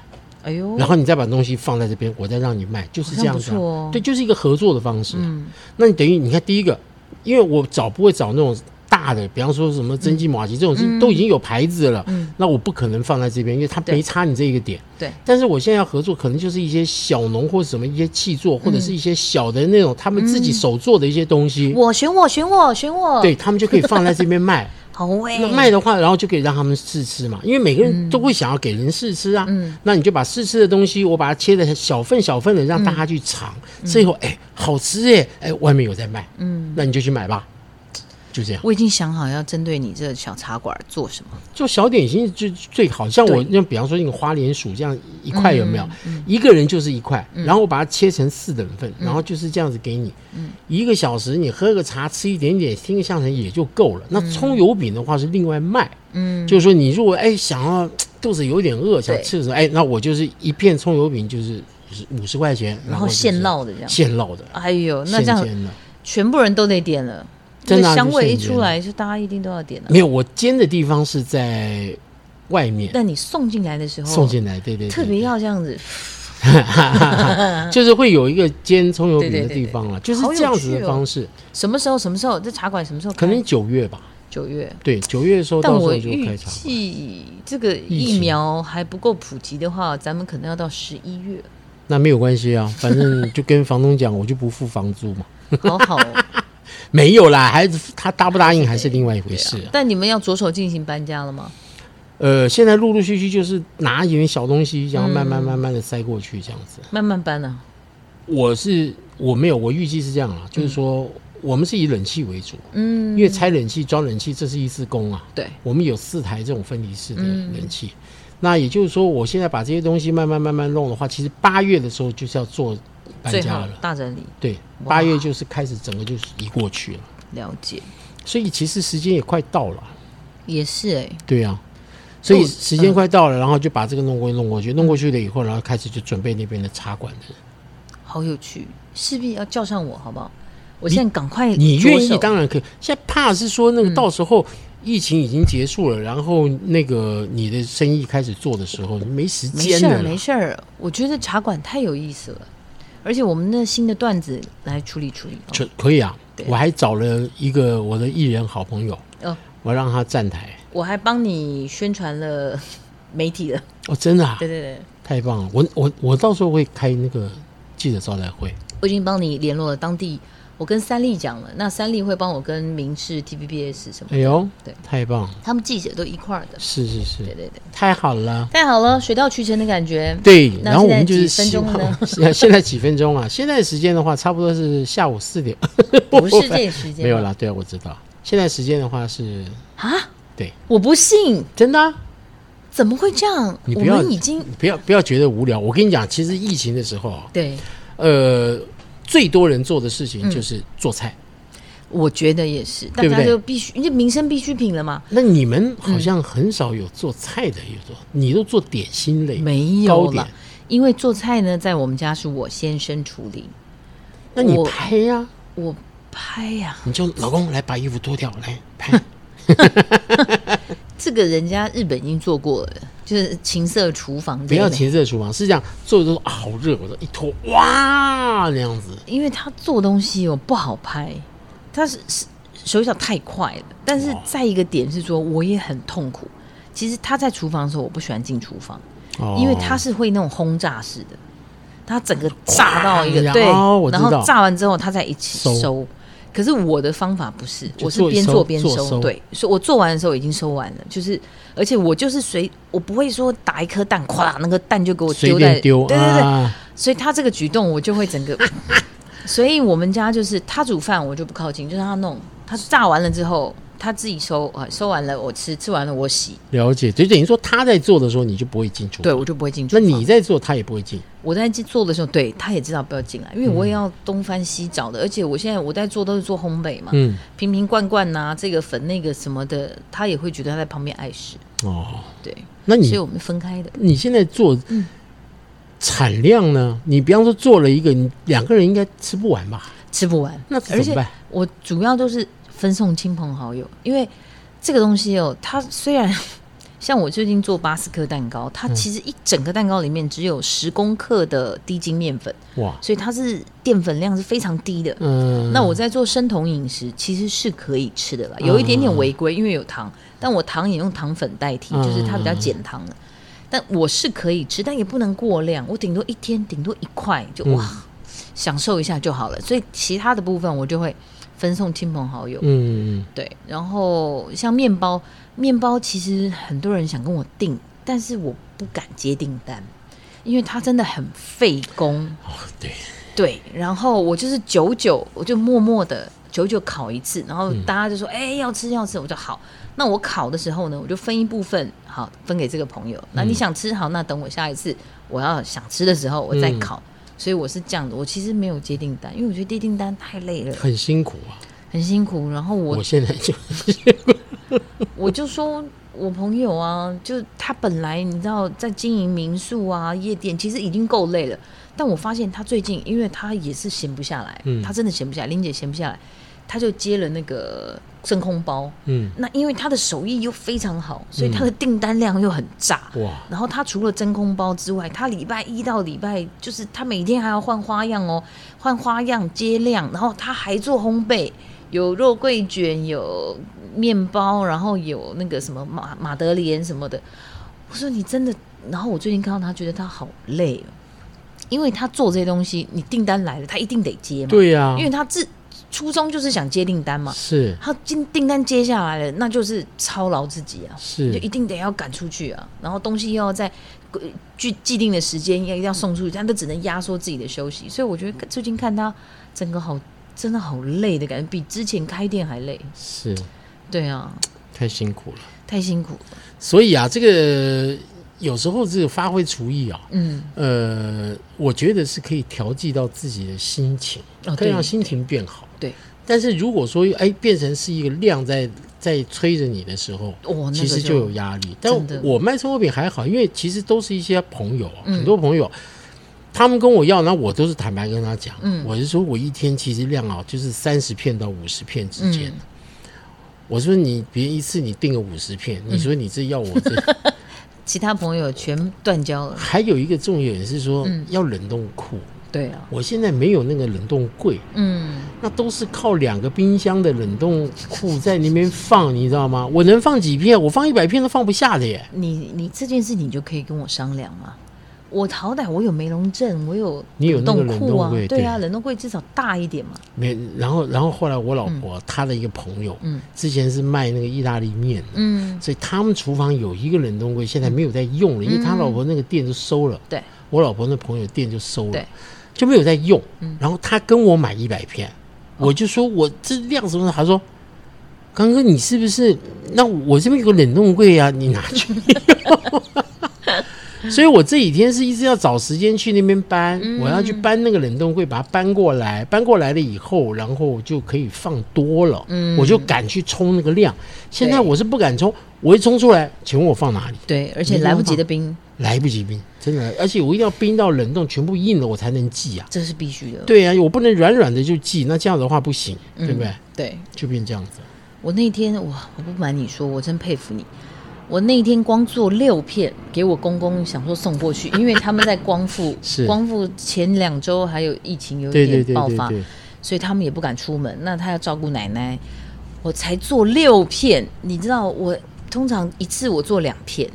[SPEAKER 2] 哎呦，
[SPEAKER 1] 然后你再把东西放在这边，我再让你卖，就是这样子
[SPEAKER 2] 好像
[SPEAKER 1] 啊、
[SPEAKER 2] 不错哦
[SPEAKER 1] 对，就是一个合作的方式啊、
[SPEAKER 2] 嗯
[SPEAKER 1] 那你等于你看第一个，因为我找不会找那种大的，比方说什么蒸汽马吉这种是、都已经有牌子了，
[SPEAKER 2] 嗯
[SPEAKER 1] 那我不可能放在这边，因为它
[SPEAKER 2] 对
[SPEAKER 1] 没差你这一个点。
[SPEAKER 2] 对，
[SPEAKER 1] 但是我现在要合作，可能就是一些小农或者什么一些气作，或者是一些小的那种他们自己手做的一些东西，
[SPEAKER 2] 嗯我选我选我选我，
[SPEAKER 1] 对，他们就可以放在这边卖。
[SPEAKER 2] 好哎、
[SPEAKER 1] 那卖的话，然后就可以让他们试吃嘛，因为每个人都会想要给人试吃啊。
[SPEAKER 2] 嗯
[SPEAKER 1] 那你就把试吃的东西，我把它切的小份小份的，让大家去尝。
[SPEAKER 2] 嗯
[SPEAKER 1] 最后，哎，好吃哎，哎，外面有在卖，嗯，那你就去买吧，就这样。
[SPEAKER 2] 我已经想好要针对你这小茶馆做什么。
[SPEAKER 1] 做小点心就最好像我那比方说那个花莲薯这样一块有没有？
[SPEAKER 2] 嗯
[SPEAKER 1] 一个人就是一块，然后我把它切成四等份，然后就是这样子给你。
[SPEAKER 2] 嗯
[SPEAKER 1] 一个小时你喝个茶，吃一点点，听个相声也就够了。那葱油饼的话是另外卖，
[SPEAKER 2] 嗯，
[SPEAKER 1] 就是说你如果哎想要嘖肚子有点饿，想
[SPEAKER 2] 对
[SPEAKER 1] 吃的时候，哎，那我就是一片葱油饼就是五十块钱，
[SPEAKER 2] 然
[SPEAKER 1] 然
[SPEAKER 2] 后
[SPEAKER 1] 就是
[SPEAKER 2] 现烙的这样。
[SPEAKER 1] 现烙的，
[SPEAKER 2] 哎呦，那
[SPEAKER 1] 现
[SPEAKER 2] 这样
[SPEAKER 1] 煎的。
[SPEAKER 2] 全部人都得点了，
[SPEAKER 1] 真的啊
[SPEAKER 2] 那个香味一
[SPEAKER 1] 就现煎
[SPEAKER 2] 出来，就大家一定都要点了。
[SPEAKER 1] 没有，我煎的地方是在外面
[SPEAKER 2] 但你送进来的时候，
[SPEAKER 1] 送进来，对对，对
[SPEAKER 2] 哦特别要这样子，
[SPEAKER 1] 就是会有一个煎葱油饼的地方了，
[SPEAKER 2] 嗯对对对对
[SPEAKER 1] 就是这样子的方式，
[SPEAKER 2] 什么时候什么时候这茶馆什么时候
[SPEAKER 1] 可
[SPEAKER 2] 开？
[SPEAKER 1] 能九月吧，
[SPEAKER 2] 九月。
[SPEAKER 1] 对，九月的时候
[SPEAKER 2] 嗯但
[SPEAKER 1] 到时
[SPEAKER 2] 我
[SPEAKER 1] 候就
[SPEAKER 2] 预
[SPEAKER 1] 开场。
[SPEAKER 2] 计这个
[SPEAKER 1] 疫
[SPEAKER 2] 疫
[SPEAKER 1] 情
[SPEAKER 2] 苗还不够普及的话，咱们可能要到十一 月。
[SPEAKER 1] 那没有关系啊，反正就跟房东讲，我就不付房租嘛。
[SPEAKER 2] 好好哦，
[SPEAKER 1] 没有啦，还是他答不答应还是另外一回事啊。
[SPEAKER 2] 但你们要着手进行搬家了吗？
[SPEAKER 1] 呃，现在陆陆续续就是拿一点小东西，然后慢慢慢慢的塞过去这样子。
[SPEAKER 2] 慢慢搬啊。
[SPEAKER 1] 我是我没有，我预计是这样啊，就是说我们是以冷气为主，
[SPEAKER 2] 嗯，
[SPEAKER 1] 因为拆冷气装冷气这是一次工啊。
[SPEAKER 2] 对，
[SPEAKER 1] 我们有四台这种分离式的
[SPEAKER 2] 嗯
[SPEAKER 1] 冷气。那也就是说，我现在把这些东西慢慢慢慢弄的话，其实八月的时候就是要做搬
[SPEAKER 2] 最
[SPEAKER 1] 家
[SPEAKER 2] 好
[SPEAKER 1] 了。
[SPEAKER 2] 大整理，
[SPEAKER 1] 对，
[SPEAKER 2] 哇
[SPEAKER 1] 八月就是开始整个就是移过去了，
[SPEAKER 2] 了解
[SPEAKER 1] 所以其实时间也快到了。
[SPEAKER 2] 也是哎、
[SPEAKER 1] 对啊，所以
[SPEAKER 2] 我
[SPEAKER 1] 时间快到了，然后就把这个弄过去弄过去，弄过去了以后，然后开始就准备那边的茶馆的人。
[SPEAKER 2] 好有趣，势必要叫上我好不好？我现在赶快
[SPEAKER 1] 你愿
[SPEAKER 2] 着
[SPEAKER 1] 意
[SPEAKER 2] 手嗯
[SPEAKER 1] 当然可以，现在怕是说那个到时候疫情已经结束了，然后那个你的生意开始做的时候，你没时
[SPEAKER 2] 没
[SPEAKER 1] 间
[SPEAKER 2] 事
[SPEAKER 1] 了
[SPEAKER 2] 儿
[SPEAKER 1] 啦。
[SPEAKER 2] 没事儿，我觉得茶馆太有意思了，而且我们那新的段子来处理处理。
[SPEAKER 1] 就可以啊
[SPEAKER 2] 对。
[SPEAKER 1] 我还找了一个我的艺人好朋友，
[SPEAKER 2] 哦，
[SPEAKER 1] 我让他站台。
[SPEAKER 2] 我还帮你宣传了 媒体了，
[SPEAKER 1] 哦，真的、啊
[SPEAKER 2] 对，对对，
[SPEAKER 1] 太棒了！我我我到时候会开那个记者招待会。
[SPEAKER 2] 我已经帮你联络了当地，我跟三立讲了，那三立会帮我跟明视、TVBS 什么，
[SPEAKER 1] 哎呦，
[SPEAKER 2] 对
[SPEAKER 1] 太棒了！
[SPEAKER 2] 他们记者都一块儿的，
[SPEAKER 1] 是是
[SPEAKER 2] 对
[SPEAKER 1] 是，
[SPEAKER 2] 对对，
[SPEAKER 1] 太好了。
[SPEAKER 2] 太好了，水到渠成的感觉，
[SPEAKER 1] 对，
[SPEAKER 2] 那
[SPEAKER 1] 然后我们就是
[SPEAKER 2] 现
[SPEAKER 1] 希
[SPEAKER 2] 在几分钟呢
[SPEAKER 1] 望现在 现在几分钟啊？现在时间的话，差不多是下午四点，
[SPEAKER 2] 不是这个时间，
[SPEAKER 1] 没有啦。对啊，我知道。现在时间的话是，
[SPEAKER 2] 啊，
[SPEAKER 1] 对，
[SPEAKER 2] 我不信，
[SPEAKER 1] 真的啊、
[SPEAKER 2] 怎么会这样？
[SPEAKER 1] 你
[SPEAKER 2] 我
[SPEAKER 1] 不要
[SPEAKER 2] 们已经
[SPEAKER 1] 你不要不要觉得无聊。我跟你讲，其实疫情的时候，啊
[SPEAKER 2] 对，
[SPEAKER 1] 呃，最多人做的事情
[SPEAKER 2] 嗯
[SPEAKER 1] 就是做菜。
[SPEAKER 2] 我觉得也是，大
[SPEAKER 1] 对不
[SPEAKER 2] 家
[SPEAKER 1] 对
[SPEAKER 2] 就必须，因为民生必需品了嘛，
[SPEAKER 1] 那你们好像很少有做菜的，有做，你都做点心类，
[SPEAKER 2] 嗯没
[SPEAKER 1] 糕
[SPEAKER 2] 有
[SPEAKER 1] 点
[SPEAKER 2] 了。因为做菜呢，在我们家是我先生处理，
[SPEAKER 1] 那你
[SPEAKER 2] 我
[SPEAKER 1] 拍呀、
[SPEAKER 2] 我拍呀、
[SPEAKER 1] 你就老公来把衣服脱掉，来 拍。
[SPEAKER 2] 这个人家日本已经做过了，就是情色厨房
[SPEAKER 1] 不
[SPEAKER 2] 这
[SPEAKER 1] 要
[SPEAKER 2] 个，
[SPEAKER 1] 停热厨房，是这样做的都啊好热，我说一脱哇那样子。
[SPEAKER 2] 因为他做东西哦不好拍，他是是手脚太快了。但是再一个点是说，我也很痛苦。其实他在厨房的时候，我不喜欢进厨房，
[SPEAKER 1] 哦
[SPEAKER 2] 因为他是会那种轰炸式的，他整个炸到一个
[SPEAKER 1] 然后
[SPEAKER 2] 对，
[SPEAKER 1] 我知
[SPEAKER 2] 然
[SPEAKER 1] 道
[SPEAKER 2] 后炸完之后，他再一起
[SPEAKER 1] 收
[SPEAKER 2] 收。可是我的方法不是，
[SPEAKER 1] 就
[SPEAKER 2] 我是
[SPEAKER 1] 做一
[SPEAKER 2] 边
[SPEAKER 1] 收
[SPEAKER 2] 做边
[SPEAKER 1] 做
[SPEAKER 2] 收，
[SPEAKER 1] 收
[SPEAKER 2] 对，所以我做完的时候已经收完了，就是，而且我就是随，我不会说打一颗蛋，咵啦，那个蛋就给我
[SPEAKER 1] 随
[SPEAKER 2] 丢在，
[SPEAKER 1] 便丢，
[SPEAKER 2] 对对对，
[SPEAKER 1] 啊、
[SPEAKER 2] 所以他这个举动，我就 会整个。所以我们家就是他煮饭，我就不靠近，就让他弄。他炸完了之后，他自己收啊，收完了我吃，吃完了我洗，
[SPEAKER 1] 了解，就等于说他在做的时候，你就不会进厨
[SPEAKER 2] 对
[SPEAKER 1] 房。
[SPEAKER 2] 我就不会进去。
[SPEAKER 1] 那你在做，他也不会进。
[SPEAKER 2] 我在做的时候，对他也知道不要进来，
[SPEAKER 1] 嗯
[SPEAKER 2] 因为我也要东翻西找的，而且我现在我在做都是做烘焙嘛，
[SPEAKER 1] 嗯，
[SPEAKER 2] 瓶瓶罐罐呐、这个粉那个什么的，他也会觉得他在旁边碍事。
[SPEAKER 1] 哦，
[SPEAKER 2] 对，
[SPEAKER 1] 那
[SPEAKER 2] 所以
[SPEAKER 1] 你
[SPEAKER 2] 我们分开的。
[SPEAKER 1] 你现在做
[SPEAKER 2] 嗯
[SPEAKER 1] 产量呢？你比方说做了一个，你两个人应该吃不完吧？
[SPEAKER 2] 吃不完。
[SPEAKER 1] 那
[SPEAKER 2] 而
[SPEAKER 1] 怎么
[SPEAKER 2] 且
[SPEAKER 1] 办？
[SPEAKER 2] 我主要都是分送亲朋好友，因为这个东西哦，它虽然 像我最近做巴斯克蛋糕，
[SPEAKER 1] 嗯
[SPEAKER 2] 它其实一整个蛋糕里面只有十公克的低筋面粉，
[SPEAKER 1] 哇，
[SPEAKER 2] 所以它是淀粉量是非常低的。
[SPEAKER 1] 嗯、
[SPEAKER 2] 那我在做生酮饮食，其实是可以吃的啦，有一点点违规，因为有糖，但我糖也用糖粉代替，
[SPEAKER 1] 嗯
[SPEAKER 2] 就是它比较减糖的。但我是可以吃，但也不能过量，我顶多一天顶多一块，就
[SPEAKER 1] 嗯
[SPEAKER 2] 哇，享受一下就好了。所以其他的部分我就会分送亲朋好友，
[SPEAKER 1] 嗯，
[SPEAKER 2] 对。然后像面包，面包其实很多人想跟我订，但是我不敢接订单，因为它真的很费工。
[SPEAKER 1] 哦，对，
[SPEAKER 2] 对，然后我就是久久，我就默默的久久烤一次，然后大家就说：“哎、要吃要吃。”我就好。那我烤的时候呢，我就分一部分，好分给这个朋友。那你想吃好，那等我下一次我要想吃的时候我再烤。所以我是这样的，我其实没有接订单，因为我觉得接订单太累了，
[SPEAKER 1] 很辛苦啊。
[SPEAKER 2] 很辛苦。然后我
[SPEAKER 1] 我现在就
[SPEAKER 2] 我就说，我朋友啊，就他本来你知道在经营民宿啊、夜店，其实已经够累了。但我发现他最近，因为他也是闲不下来，
[SPEAKER 1] 嗯
[SPEAKER 2] 他真的闲不下来，林姐闲不下来，他就接了那个真空包。
[SPEAKER 1] 嗯，
[SPEAKER 2] 那因为他的手艺又非常好，所以他的订单量又很炸。
[SPEAKER 1] 哇，
[SPEAKER 2] 然后他除了真空包之外，他礼拜一到礼拜就是他每天还要换花样哦，换花样接量，然后他还做烘焙，有肉桂卷，有面包，然后有那个什么马马德莲什么的。我说你真的，然后我最近看到他，觉得他好累哦，因为他做这些东西，你订单来了，他一定得接 嘛，
[SPEAKER 1] 对呀、
[SPEAKER 2] 因为他自初衷就是想接订单嘛，
[SPEAKER 1] 是
[SPEAKER 2] 他订订单接下来了，那就是操劳自己啊。
[SPEAKER 1] 是
[SPEAKER 2] 就一定得要赶出去啊，然后东西又要在呃具既定的时间要一定要送出去，他都只能压缩自己的休息。所以我
[SPEAKER 1] 嗯
[SPEAKER 2] 觉得最近看他整个好真的好累的感觉，比之前开店还累。
[SPEAKER 1] 是，
[SPEAKER 2] 对啊，
[SPEAKER 1] 太辛苦了。
[SPEAKER 2] 太辛苦了。
[SPEAKER 1] 所以啊，这个有时候这个发挥厨艺啊，
[SPEAKER 2] 嗯，
[SPEAKER 1] 呃，我觉得是可以调剂到自己的心情，
[SPEAKER 2] 哦
[SPEAKER 1] 可以
[SPEAKER 2] 对
[SPEAKER 1] 让心情变好。
[SPEAKER 2] 对，
[SPEAKER 1] 但是如果说哎变成是一个量在在催着你的时候，
[SPEAKER 2] 哦，那个
[SPEAKER 1] 其实就有压力。但
[SPEAKER 2] 真的
[SPEAKER 1] 我卖生活品还好，因为其实都是一些朋友，啊
[SPEAKER 2] 嗯
[SPEAKER 1] 很多朋友。他们跟我要，那我都是坦白跟他讲，
[SPEAKER 2] 嗯
[SPEAKER 1] 我是说我一天其实量啊，就是三十片到五十片之间。
[SPEAKER 2] 嗯，
[SPEAKER 1] 我说你别一次你订个五十片，
[SPEAKER 2] 嗯
[SPEAKER 1] 你说你这要我这，
[SPEAKER 2] 其他朋友全断交了。嗯
[SPEAKER 1] 还有一个重点是说、要冷冻库，
[SPEAKER 2] 对啊，
[SPEAKER 1] 我现在没有那个冷冻柜，
[SPEAKER 2] 嗯，
[SPEAKER 1] 那都是靠两个冰箱的冷冻库在那边放，你知道吗？我能放几片？我放一百片都放不下的耶。
[SPEAKER 2] 你你这件事你就可以跟我商量嘛。我好歹我有梅龙镇，我有
[SPEAKER 1] 你有那个冷
[SPEAKER 2] 库
[SPEAKER 1] 冻
[SPEAKER 2] 啊
[SPEAKER 1] 柜，
[SPEAKER 2] 对啊，
[SPEAKER 1] 对
[SPEAKER 2] 冷冻柜至少大一点嘛。
[SPEAKER 1] 没，然后然后后来我老婆、她的一个朋友，
[SPEAKER 2] 嗯
[SPEAKER 1] 之前是卖那个意大利面的，
[SPEAKER 2] 嗯，
[SPEAKER 1] 所以他们厨房有一个冷冻柜，现在没有在用了，因
[SPEAKER 2] 嗯
[SPEAKER 1] 为他老婆那个店就收了，
[SPEAKER 2] 对
[SPEAKER 1] 我老婆那朋友店就收了
[SPEAKER 2] 对，
[SPEAKER 1] 就没有在用。
[SPEAKER 2] 嗯
[SPEAKER 1] 然后他跟我买一百片，
[SPEAKER 2] 哦
[SPEAKER 1] 我就说我这量什么的，他说。刚哥，你是不是？那我这边有个冷冻柜啊，你拿去。 所以我这几天是一直要找时间去那边搬，
[SPEAKER 2] 嗯
[SPEAKER 1] 我要去搬那个冷冻柜，把它搬过来。搬过来了以后，然后就可以放多了，
[SPEAKER 2] 嗯
[SPEAKER 1] 我就敢去冲那个量。现在
[SPEAKER 2] 对
[SPEAKER 1] 我是不敢冲，我一冲出来，请问我放哪里？
[SPEAKER 2] 对，而且来不及的冰，
[SPEAKER 1] 来不及冰，真的，而且我一定要冰到冷冻全部硬了，我才能寄啊。
[SPEAKER 2] 这是必须的。
[SPEAKER 1] 对呀、我不能软软的就寄，那这样的话不行，对不对？
[SPEAKER 2] 嗯对，
[SPEAKER 1] 就变这样子。
[SPEAKER 2] 我那天哇，我不瞒你说，我真佩服你。我那天光做六片给我公公，想说送过去，因为他们在光复
[SPEAKER 1] 是，
[SPEAKER 2] 光复前两周还有疫情有
[SPEAKER 1] 对对
[SPEAKER 2] 一
[SPEAKER 1] 对
[SPEAKER 2] 点爆
[SPEAKER 1] 对
[SPEAKER 2] 发，
[SPEAKER 1] 对，
[SPEAKER 2] 所以他们也不敢出门。那他要照顾奶奶，我才做六片，你知道我通常一次我做两片。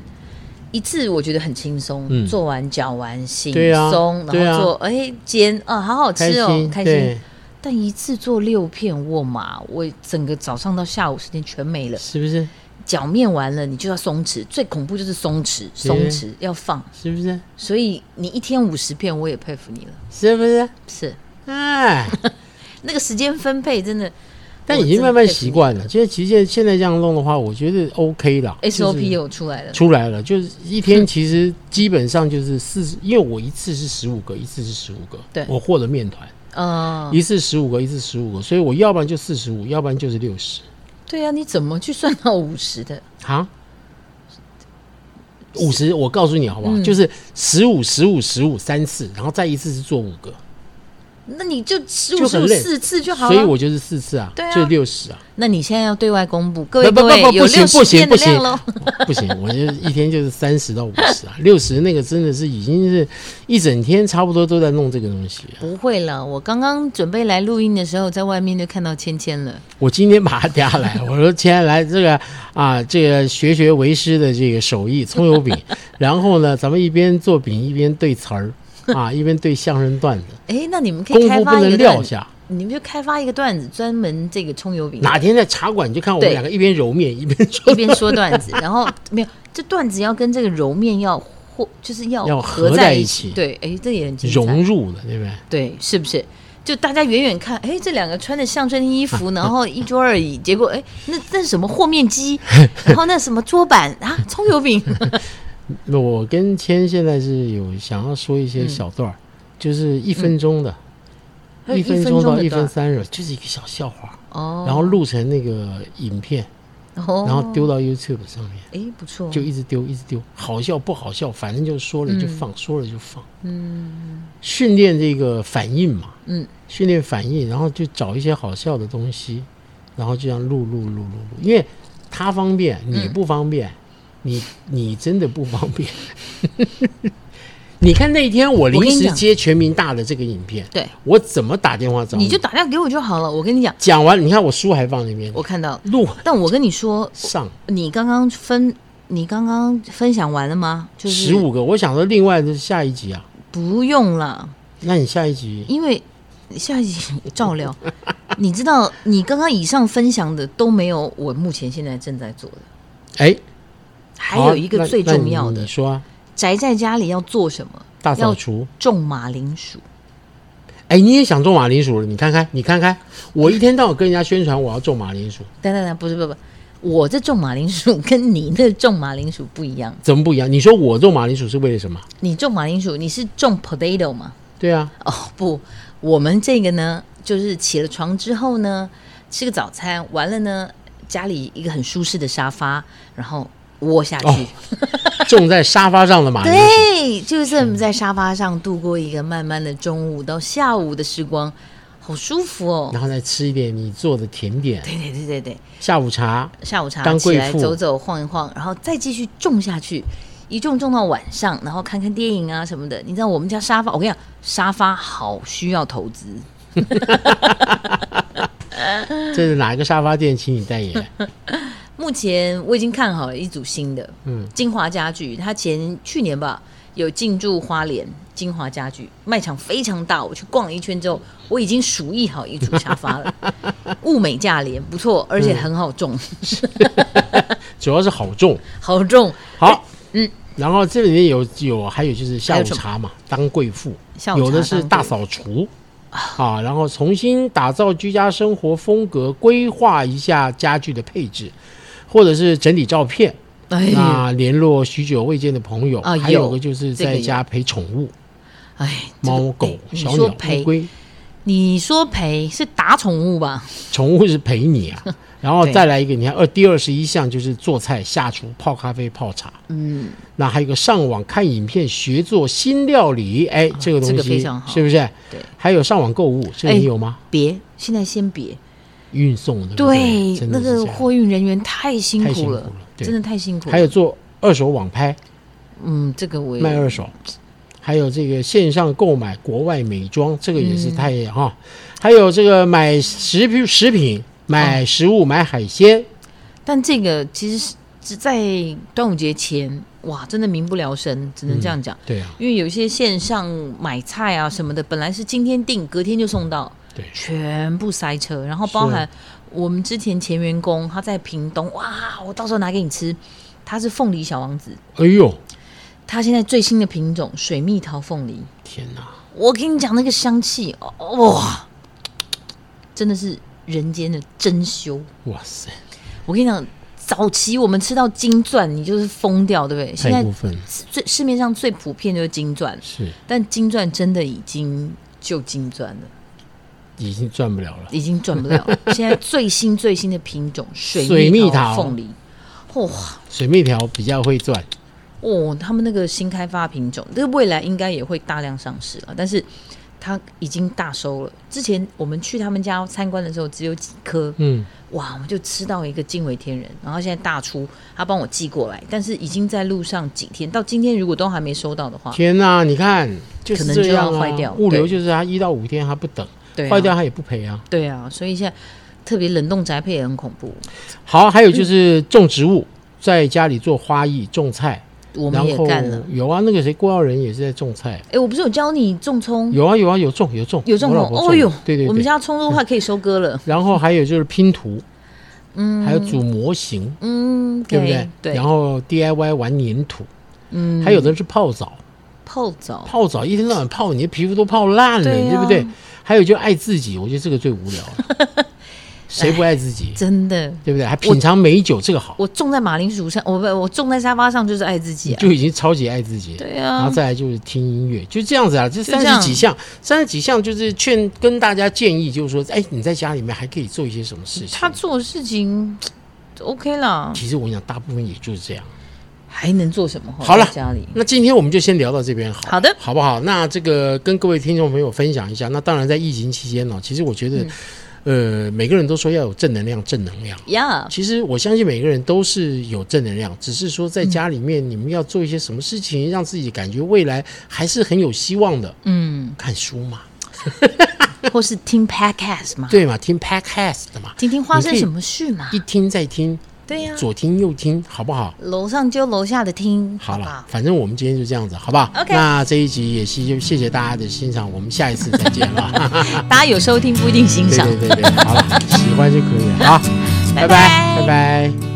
[SPEAKER 2] 一次我觉得很轻松，
[SPEAKER 1] 嗯
[SPEAKER 2] 做完搅完醒
[SPEAKER 1] 对啊
[SPEAKER 2] 松，
[SPEAKER 1] 对
[SPEAKER 2] 然
[SPEAKER 1] 啊
[SPEAKER 2] 后做哎、煎啊，好好吃
[SPEAKER 1] 开
[SPEAKER 2] 哦
[SPEAKER 1] 心，，
[SPEAKER 2] 开
[SPEAKER 1] 对
[SPEAKER 2] 心。，但一次做六片，我妈，我整个早上到下午时间全没了。
[SPEAKER 1] 是不是？
[SPEAKER 2] 搅面完了，你就要松弛，最恐怖就是松弛，松弛要放。
[SPEAKER 1] 是不是？
[SPEAKER 2] 所以你一天五十片，我也佩服你了。
[SPEAKER 1] 是不是？
[SPEAKER 2] 是
[SPEAKER 1] 哎，
[SPEAKER 2] 那个时间分配真的，
[SPEAKER 1] 但已经慢慢习惯了。现在其实现在现在这样弄的话，我觉得 OK 啦。
[SPEAKER 2] SOP
[SPEAKER 1] 就是
[SPEAKER 2] 有出来了。
[SPEAKER 1] 出来了，就是一 天其实基本上就是四十，因为我一次是十五个，一次是十五个，
[SPEAKER 2] 对
[SPEAKER 1] 我和的面团。
[SPEAKER 2] 嗯、
[SPEAKER 1] 一次十五个，一次十五个，所以我要不然就四十五，要不然就是六十。
[SPEAKER 2] 对啊，你怎么去算到五十的？
[SPEAKER 1] 好，五十，我告诉你好不好？
[SPEAKER 2] 嗯
[SPEAKER 1] 就是十五、十五、十五三次，然后再一次是做五个，
[SPEAKER 2] 那你就十
[SPEAKER 1] 就
[SPEAKER 2] 五十
[SPEAKER 1] 很
[SPEAKER 2] 五
[SPEAKER 1] 累
[SPEAKER 2] 四次就好
[SPEAKER 1] 所以
[SPEAKER 2] 了。
[SPEAKER 1] 我就是四次啊，
[SPEAKER 2] 对啊
[SPEAKER 1] 就六十啊。
[SPEAKER 2] 那你现在要对外公布，各
[SPEAKER 1] 不
[SPEAKER 2] 位
[SPEAKER 1] 不
[SPEAKER 2] 各位
[SPEAKER 1] 不
[SPEAKER 2] 有
[SPEAKER 1] 不行
[SPEAKER 2] 六
[SPEAKER 1] 不
[SPEAKER 2] 十
[SPEAKER 1] 行
[SPEAKER 2] 片
[SPEAKER 1] 不
[SPEAKER 2] 的
[SPEAKER 1] 行
[SPEAKER 2] 量喽。
[SPEAKER 1] 不行，我就一天就是三十到五十啊，六十那个真的是已经是一整天差不多都在弄这个东西了。
[SPEAKER 2] 不会了，我刚刚准备来录音的时候，在外面就看到芊芊了。
[SPEAKER 1] 我今天把它加来，我说今天来这个啊，这个学学为师的这个手艺葱油 饼，然后呢，咱们一边做饼一边对词儿啊，一边对相声段子，
[SPEAKER 2] 哎，那你们可以
[SPEAKER 1] 功
[SPEAKER 2] 开
[SPEAKER 1] 夫不
[SPEAKER 2] 发一
[SPEAKER 1] 能
[SPEAKER 2] 个
[SPEAKER 1] 撂
[SPEAKER 2] 段子，
[SPEAKER 1] 下。
[SPEAKER 2] 你们就开发一个段子，专门这个葱油饼，
[SPEAKER 1] 哪天在茶馆你就看我们
[SPEAKER 2] 对
[SPEAKER 1] 两个一边揉面 一边说
[SPEAKER 2] 一边说段 子，然后没有这段子要跟这个揉面要和，就是要
[SPEAKER 1] 要合
[SPEAKER 2] 合
[SPEAKER 1] 在一
[SPEAKER 2] 一
[SPEAKER 1] 起
[SPEAKER 2] 对，哎，这也很精彩
[SPEAKER 1] 融。入了，对不对？
[SPEAKER 2] 对，是不是？就大家远远看，哎，这两个穿着象征的衣 服，然后一桌而已。结果，哎，那那是什么和 面机，然后那什么桌板啊，葱油饼，
[SPEAKER 1] 那我跟谦现在是有想要说一些小段儿，就是一分钟的，
[SPEAKER 2] 嗯还有
[SPEAKER 1] 一分
[SPEAKER 2] 分
[SPEAKER 1] 钟到
[SPEAKER 2] 的
[SPEAKER 1] 一分
[SPEAKER 2] 段
[SPEAKER 1] 三十，就是一个小笑话，
[SPEAKER 2] 哦，
[SPEAKER 1] 然后录成那个影片，
[SPEAKER 2] 然后
[SPEAKER 1] 然后，丢到 YouTube 上面。
[SPEAKER 2] 哎，不错，
[SPEAKER 1] 就一直丢，一直
[SPEAKER 2] 嗯
[SPEAKER 1] 丢，好笑不好笑，反正就说了就放，说了就放。嗯，训练这个反应嘛，
[SPEAKER 2] 嗯，
[SPEAKER 1] 训练反应，然后就找一些好笑的东西，然后就这样录录录录录，因为他方便，你不方便，
[SPEAKER 2] 嗯
[SPEAKER 1] 你你真的不方便。 你看那一天我
[SPEAKER 2] 我
[SPEAKER 1] 临
[SPEAKER 2] 跟你
[SPEAKER 1] 时
[SPEAKER 2] 讲
[SPEAKER 1] 接全民大的这个影片，
[SPEAKER 2] 对，
[SPEAKER 1] 我怎么打电话找
[SPEAKER 2] 你就打电话给我就好了。我跟你讲，
[SPEAKER 1] 讲完，你看我书还放那边，
[SPEAKER 2] 我看到了，
[SPEAKER 1] 录
[SPEAKER 2] 但我跟你说，
[SPEAKER 1] 上
[SPEAKER 2] 你刚刚分，你刚刚分享完了吗？就是
[SPEAKER 1] 十五个，我想说另外的下一集啊，
[SPEAKER 2] 不用了，
[SPEAKER 1] 那你下一集
[SPEAKER 2] 因为下一集照 料。你知道，你刚刚以上分享的都没有我目前现在正在做的，
[SPEAKER 1] 哎，
[SPEAKER 2] 还
[SPEAKER 1] 好啊
[SPEAKER 2] 有一个
[SPEAKER 1] 那
[SPEAKER 2] 最
[SPEAKER 1] 那
[SPEAKER 2] 重要
[SPEAKER 1] 你
[SPEAKER 2] 的
[SPEAKER 1] 你，说啊，
[SPEAKER 2] 宅在家里要做什么？
[SPEAKER 1] 大扫
[SPEAKER 2] 要
[SPEAKER 1] 除。
[SPEAKER 2] 种马铃薯。
[SPEAKER 1] 哎，你也想种马铃薯了？你看看，你看看，我一天到晚跟人家宣传我要种马铃薯，
[SPEAKER 2] 等等等，不是不是不是，我这种马铃薯跟你那种马铃薯不一样。
[SPEAKER 1] 怎么不一样？你说我种马铃薯是为了什么？
[SPEAKER 2] 你种马铃薯，你是种 potato 吗？
[SPEAKER 1] 对啊，
[SPEAKER 2] 哦不，我们这个呢，就是起了床之后呢，吃个早餐，完了呢，家里一个很舒适的沙发，然后窝下去。
[SPEAKER 1] 哦种在沙发上的马铃薯。
[SPEAKER 2] 对，就这么在沙发上度过一个慢慢的中午到下午的时光，好舒服哦。
[SPEAKER 1] 然后再吃一点你做的甜点，
[SPEAKER 2] 对对对对对，
[SPEAKER 1] 下午茶，
[SPEAKER 2] 下午茶
[SPEAKER 1] 当
[SPEAKER 2] 起
[SPEAKER 1] 贵
[SPEAKER 2] 来
[SPEAKER 1] 妇
[SPEAKER 2] 走走晃一晃，然后再继续种下去，一重重到晚上，然后看看电影啊什么的。你知道我们家沙发，我跟你讲，沙发好需要投资。
[SPEAKER 1] 这是哪一个沙发店请你代言？
[SPEAKER 2] 目前我已经看好了一组新的，嗯，金华家具，它前去年吧有进驻花莲，金华家具卖场非常大，我去逛了一圈之后，我已经数一好一组沙发 了，物美价廉，不错，而且很好重，
[SPEAKER 1] 嗯主要是好重。
[SPEAKER 2] 好重。
[SPEAKER 1] 好，
[SPEAKER 2] 嗯，
[SPEAKER 1] 然后这里面有有还有就是下
[SPEAKER 2] 还
[SPEAKER 1] 午
[SPEAKER 2] 有什么
[SPEAKER 1] 茶嘛，当贵妇，
[SPEAKER 2] 下午茶
[SPEAKER 1] 有的是大扫除啊，然后重新打造居家生活风格，规划一下家具的配置，或者是整理照片。
[SPEAKER 2] 哎呀，
[SPEAKER 1] 那联络许久未见的朋友，
[SPEAKER 2] 啊
[SPEAKER 1] 还有
[SPEAKER 2] 有
[SPEAKER 1] 个就是
[SPEAKER 2] 这个
[SPEAKER 1] 在
[SPEAKER 2] 有
[SPEAKER 1] 家陪宠物，
[SPEAKER 2] 哎，这个
[SPEAKER 1] 猫狗、
[SPEAKER 2] 你
[SPEAKER 1] 小
[SPEAKER 2] 说
[SPEAKER 1] 鸟、
[SPEAKER 2] 陪
[SPEAKER 1] 乌龟，
[SPEAKER 2] 你说陪是打宠物吧？
[SPEAKER 1] 宠物是陪你 啊。然后
[SPEAKER 2] 对
[SPEAKER 1] 再来一个，你看二第二十一项就是做菜、下厨、泡咖啡、泡茶。
[SPEAKER 2] 嗯，
[SPEAKER 1] 那还有一个上网看影片学做新料理，哎，这个东西、
[SPEAKER 2] 啊这个非常好
[SPEAKER 1] 是不是？
[SPEAKER 2] 对，
[SPEAKER 1] 还有上网购物，这个
[SPEAKER 2] 哎
[SPEAKER 1] 你有吗？
[SPEAKER 2] 别，现在先别。
[SPEAKER 1] 运送的，
[SPEAKER 2] 对，
[SPEAKER 1] 真
[SPEAKER 2] 那
[SPEAKER 1] 的是
[SPEAKER 2] 个
[SPEAKER 1] 这样
[SPEAKER 2] 货运人员太辛
[SPEAKER 1] 太辛
[SPEAKER 2] 苦
[SPEAKER 1] 苦
[SPEAKER 2] 了，
[SPEAKER 1] 了对
[SPEAKER 2] 真的太辛苦了。
[SPEAKER 1] 还有做二手网拍
[SPEAKER 2] 嗯，这个我也
[SPEAKER 1] 卖二手，还有这个线上购买国外美妆，这个也是太哈、
[SPEAKER 2] 嗯
[SPEAKER 1] 还有这个买食品食品。
[SPEAKER 2] 哦
[SPEAKER 1] 买食物，买海鲜，
[SPEAKER 2] 但这个其实是只在端午节前，哇，真的民不聊生，只能这样讲。
[SPEAKER 1] 对啊，
[SPEAKER 2] 因为有一些线上买菜啊什么的，本来是今天订，隔天就送到，
[SPEAKER 1] 对
[SPEAKER 2] 全部塞车。然后包含我们之前前员工他在屏东，哇，我到时候拿给你吃，他是凤梨小王子，
[SPEAKER 1] 哎呦，
[SPEAKER 2] 他现在最新的品种水蜜桃凤梨，
[SPEAKER 1] 天哪！
[SPEAKER 2] 我跟你讲那个香气，哦哇，真的是人间的珍馐。
[SPEAKER 1] 哇塞，
[SPEAKER 2] 我跟你讲，早期我们吃到金钻，你就是疯掉，对不对？现
[SPEAKER 1] 太
[SPEAKER 2] 在
[SPEAKER 1] 过分了，
[SPEAKER 2] 最市面上最普遍就是金钻，
[SPEAKER 1] 是
[SPEAKER 2] 但金钻真的已经就金钻了，
[SPEAKER 1] 已经赚不了了。
[SPEAKER 2] 已经赚不了 了。现在最新最新的品种水
[SPEAKER 1] 水蜜桃
[SPEAKER 2] 凤梨，哇、
[SPEAKER 1] 水蜜桃比较会赚，
[SPEAKER 2] 哦，他们那个新开发品种，这个未来应该也会大量上市了，但是它已经大收了。之前我们去他们家参观的时候，只有几颗，
[SPEAKER 1] 嗯，
[SPEAKER 2] 哇，我们就吃到一个惊为天人。然后现在大出他帮我寄过来，但是已经在路上几天，到今天如果都还没收到的话，
[SPEAKER 1] 天呐，你看就是
[SPEAKER 2] 可能
[SPEAKER 1] 这
[SPEAKER 2] 就
[SPEAKER 1] 样啊，
[SPEAKER 2] 要坏掉
[SPEAKER 1] 物流
[SPEAKER 2] 对
[SPEAKER 1] 就是它一到五天它不等，
[SPEAKER 2] 对、
[SPEAKER 1] 坏
[SPEAKER 2] 啊，
[SPEAKER 1] 掉它也不赔啊。
[SPEAKER 2] 对啊，所以现在特别冷冻宅配也很恐怖，
[SPEAKER 1] 好，还有就是
[SPEAKER 2] 嗯
[SPEAKER 1] 种植物，在家里做花艺、种菜，
[SPEAKER 2] 我
[SPEAKER 1] 然
[SPEAKER 2] 们也
[SPEAKER 1] 后
[SPEAKER 2] 干了。
[SPEAKER 1] 有啊，那个谁郭耀仁也是在种菜，
[SPEAKER 2] 哎，我不是有教你种葱，
[SPEAKER 1] 有啊有啊有种有种
[SPEAKER 2] 嗯有种
[SPEAKER 1] 我老
[SPEAKER 2] 葱，
[SPEAKER 1] 婆
[SPEAKER 2] 哦
[SPEAKER 1] 种
[SPEAKER 2] 哟，
[SPEAKER 1] 对对
[SPEAKER 2] 我们
[SPEAKER 1] 对，
[SPEAKER 2] 家葱的话可以收割了，
[SPEAKER 1] 然后还有就是拼图，嗯，还有组模型，
[SPEAKER 2] 嗯，
[SPEAKER 1] 对不对？
[SPEAKER 2] 对
[SPEAKER 1] 然，后 DIY 玩粘土，
[SPEAKER 2] 嗯，
[SPEAKER 1] 还有的是泡澡，
[SPEAKER 2] 泡澡，
[SPEAKER 1] 泡澡一天到晚泡，你的皮肤都泡烂了，
[SPEAKER 2] 对呀
[SPEAKER 1] 不对？还有就爱自己，我觉得这个最无聊了， 谁不爱自己？
[SPEAKER 2] 真的，
[SPEAKER 1] 对不对？还品尝美酒，这个好，
[SPEAKER 2] 我种在马铃薯上，我不，我种在沙发上就是爱自己啊，
[SPEAKER 1] 就已经超级爱自己。
[SPEAKER 2] 对
[SPEAKER 1] 然后
[SPEAKER 2] 啊，
[SPEAKER 1] 再来就是听音乐，就这样子啊。这
[SPEAKER 2] 就
[SPEAKER 1] 三
[SPEAKER 2] 这
[SPEAKER 1] 十
[SPEAKER 2] 样
[SPEAKER 1] 几项，三十几项就是劝跟大家建议，就是说，哎，你在家里面还可以做一些什么事情？
[SPEAKER 2] 他做的事情 OK 啦，
[SPEAKER 1] 其实我跟你讲，大部分也就是这样。
[SPEAKER 2] 还能做什么？
[SPEAKER 1] 好了
[SPEAKER 2] 在家里
[SPEAKER 1] 那今天我们就先聊到这边，好，
[SPEAKER 2] 好的
[SPEAKER 1] 好不好？那这个跟各位听众朋友分享一下。那当然，在疫情期间呢、哦其实我觉
[SPEAKER 2] 嗯
[SPEAKER 1] 得，呃，每个人都说要有正能量，正能量。
[SPEAKER 2] 呀
[SPEAKER 1] 其实我相信每个人都是有正能量，只是说在家里面你们要做一些什么事情，让自己感觉未来还是很有希望的。
[SPEAKER 2] 嗯，
[SPEAKER 1] 看书嘛，
[SPEAKER 2] 或是听 podcast 嘛，
[SPEAKER 1] 对嘛，听 podcast 嘛，
[SPEAKER 2] 听听发生什么事嘛，
[SPEAKER 1] 一听再听，
[SPEAKER 2] 对啊呀、
[SPEAKER 1] 左听右听，好不好？
[SPEAKER 2] 楼上就楼下的听，
[SPEAKER 1] 好
[SPEAKER 2] 不
[SPEAKER 1] 了，反正我们今天就这样子，好不好
[SPEAKER 2] OK
[SPEAKER 1] 那这一集也是就谢谢大家的欣赏，我们下一次再见了。
[SPEAKER 2] 大家有收听不一定欣
[SPEAKER 1] 对
[SPEAKER 2] 赏。
[SPEAKER 1] 对对对，好了，喜欢就可以了啊，拜拜
[SPEAKER 2] 拜拜
[SPEAKER 1] 拜拜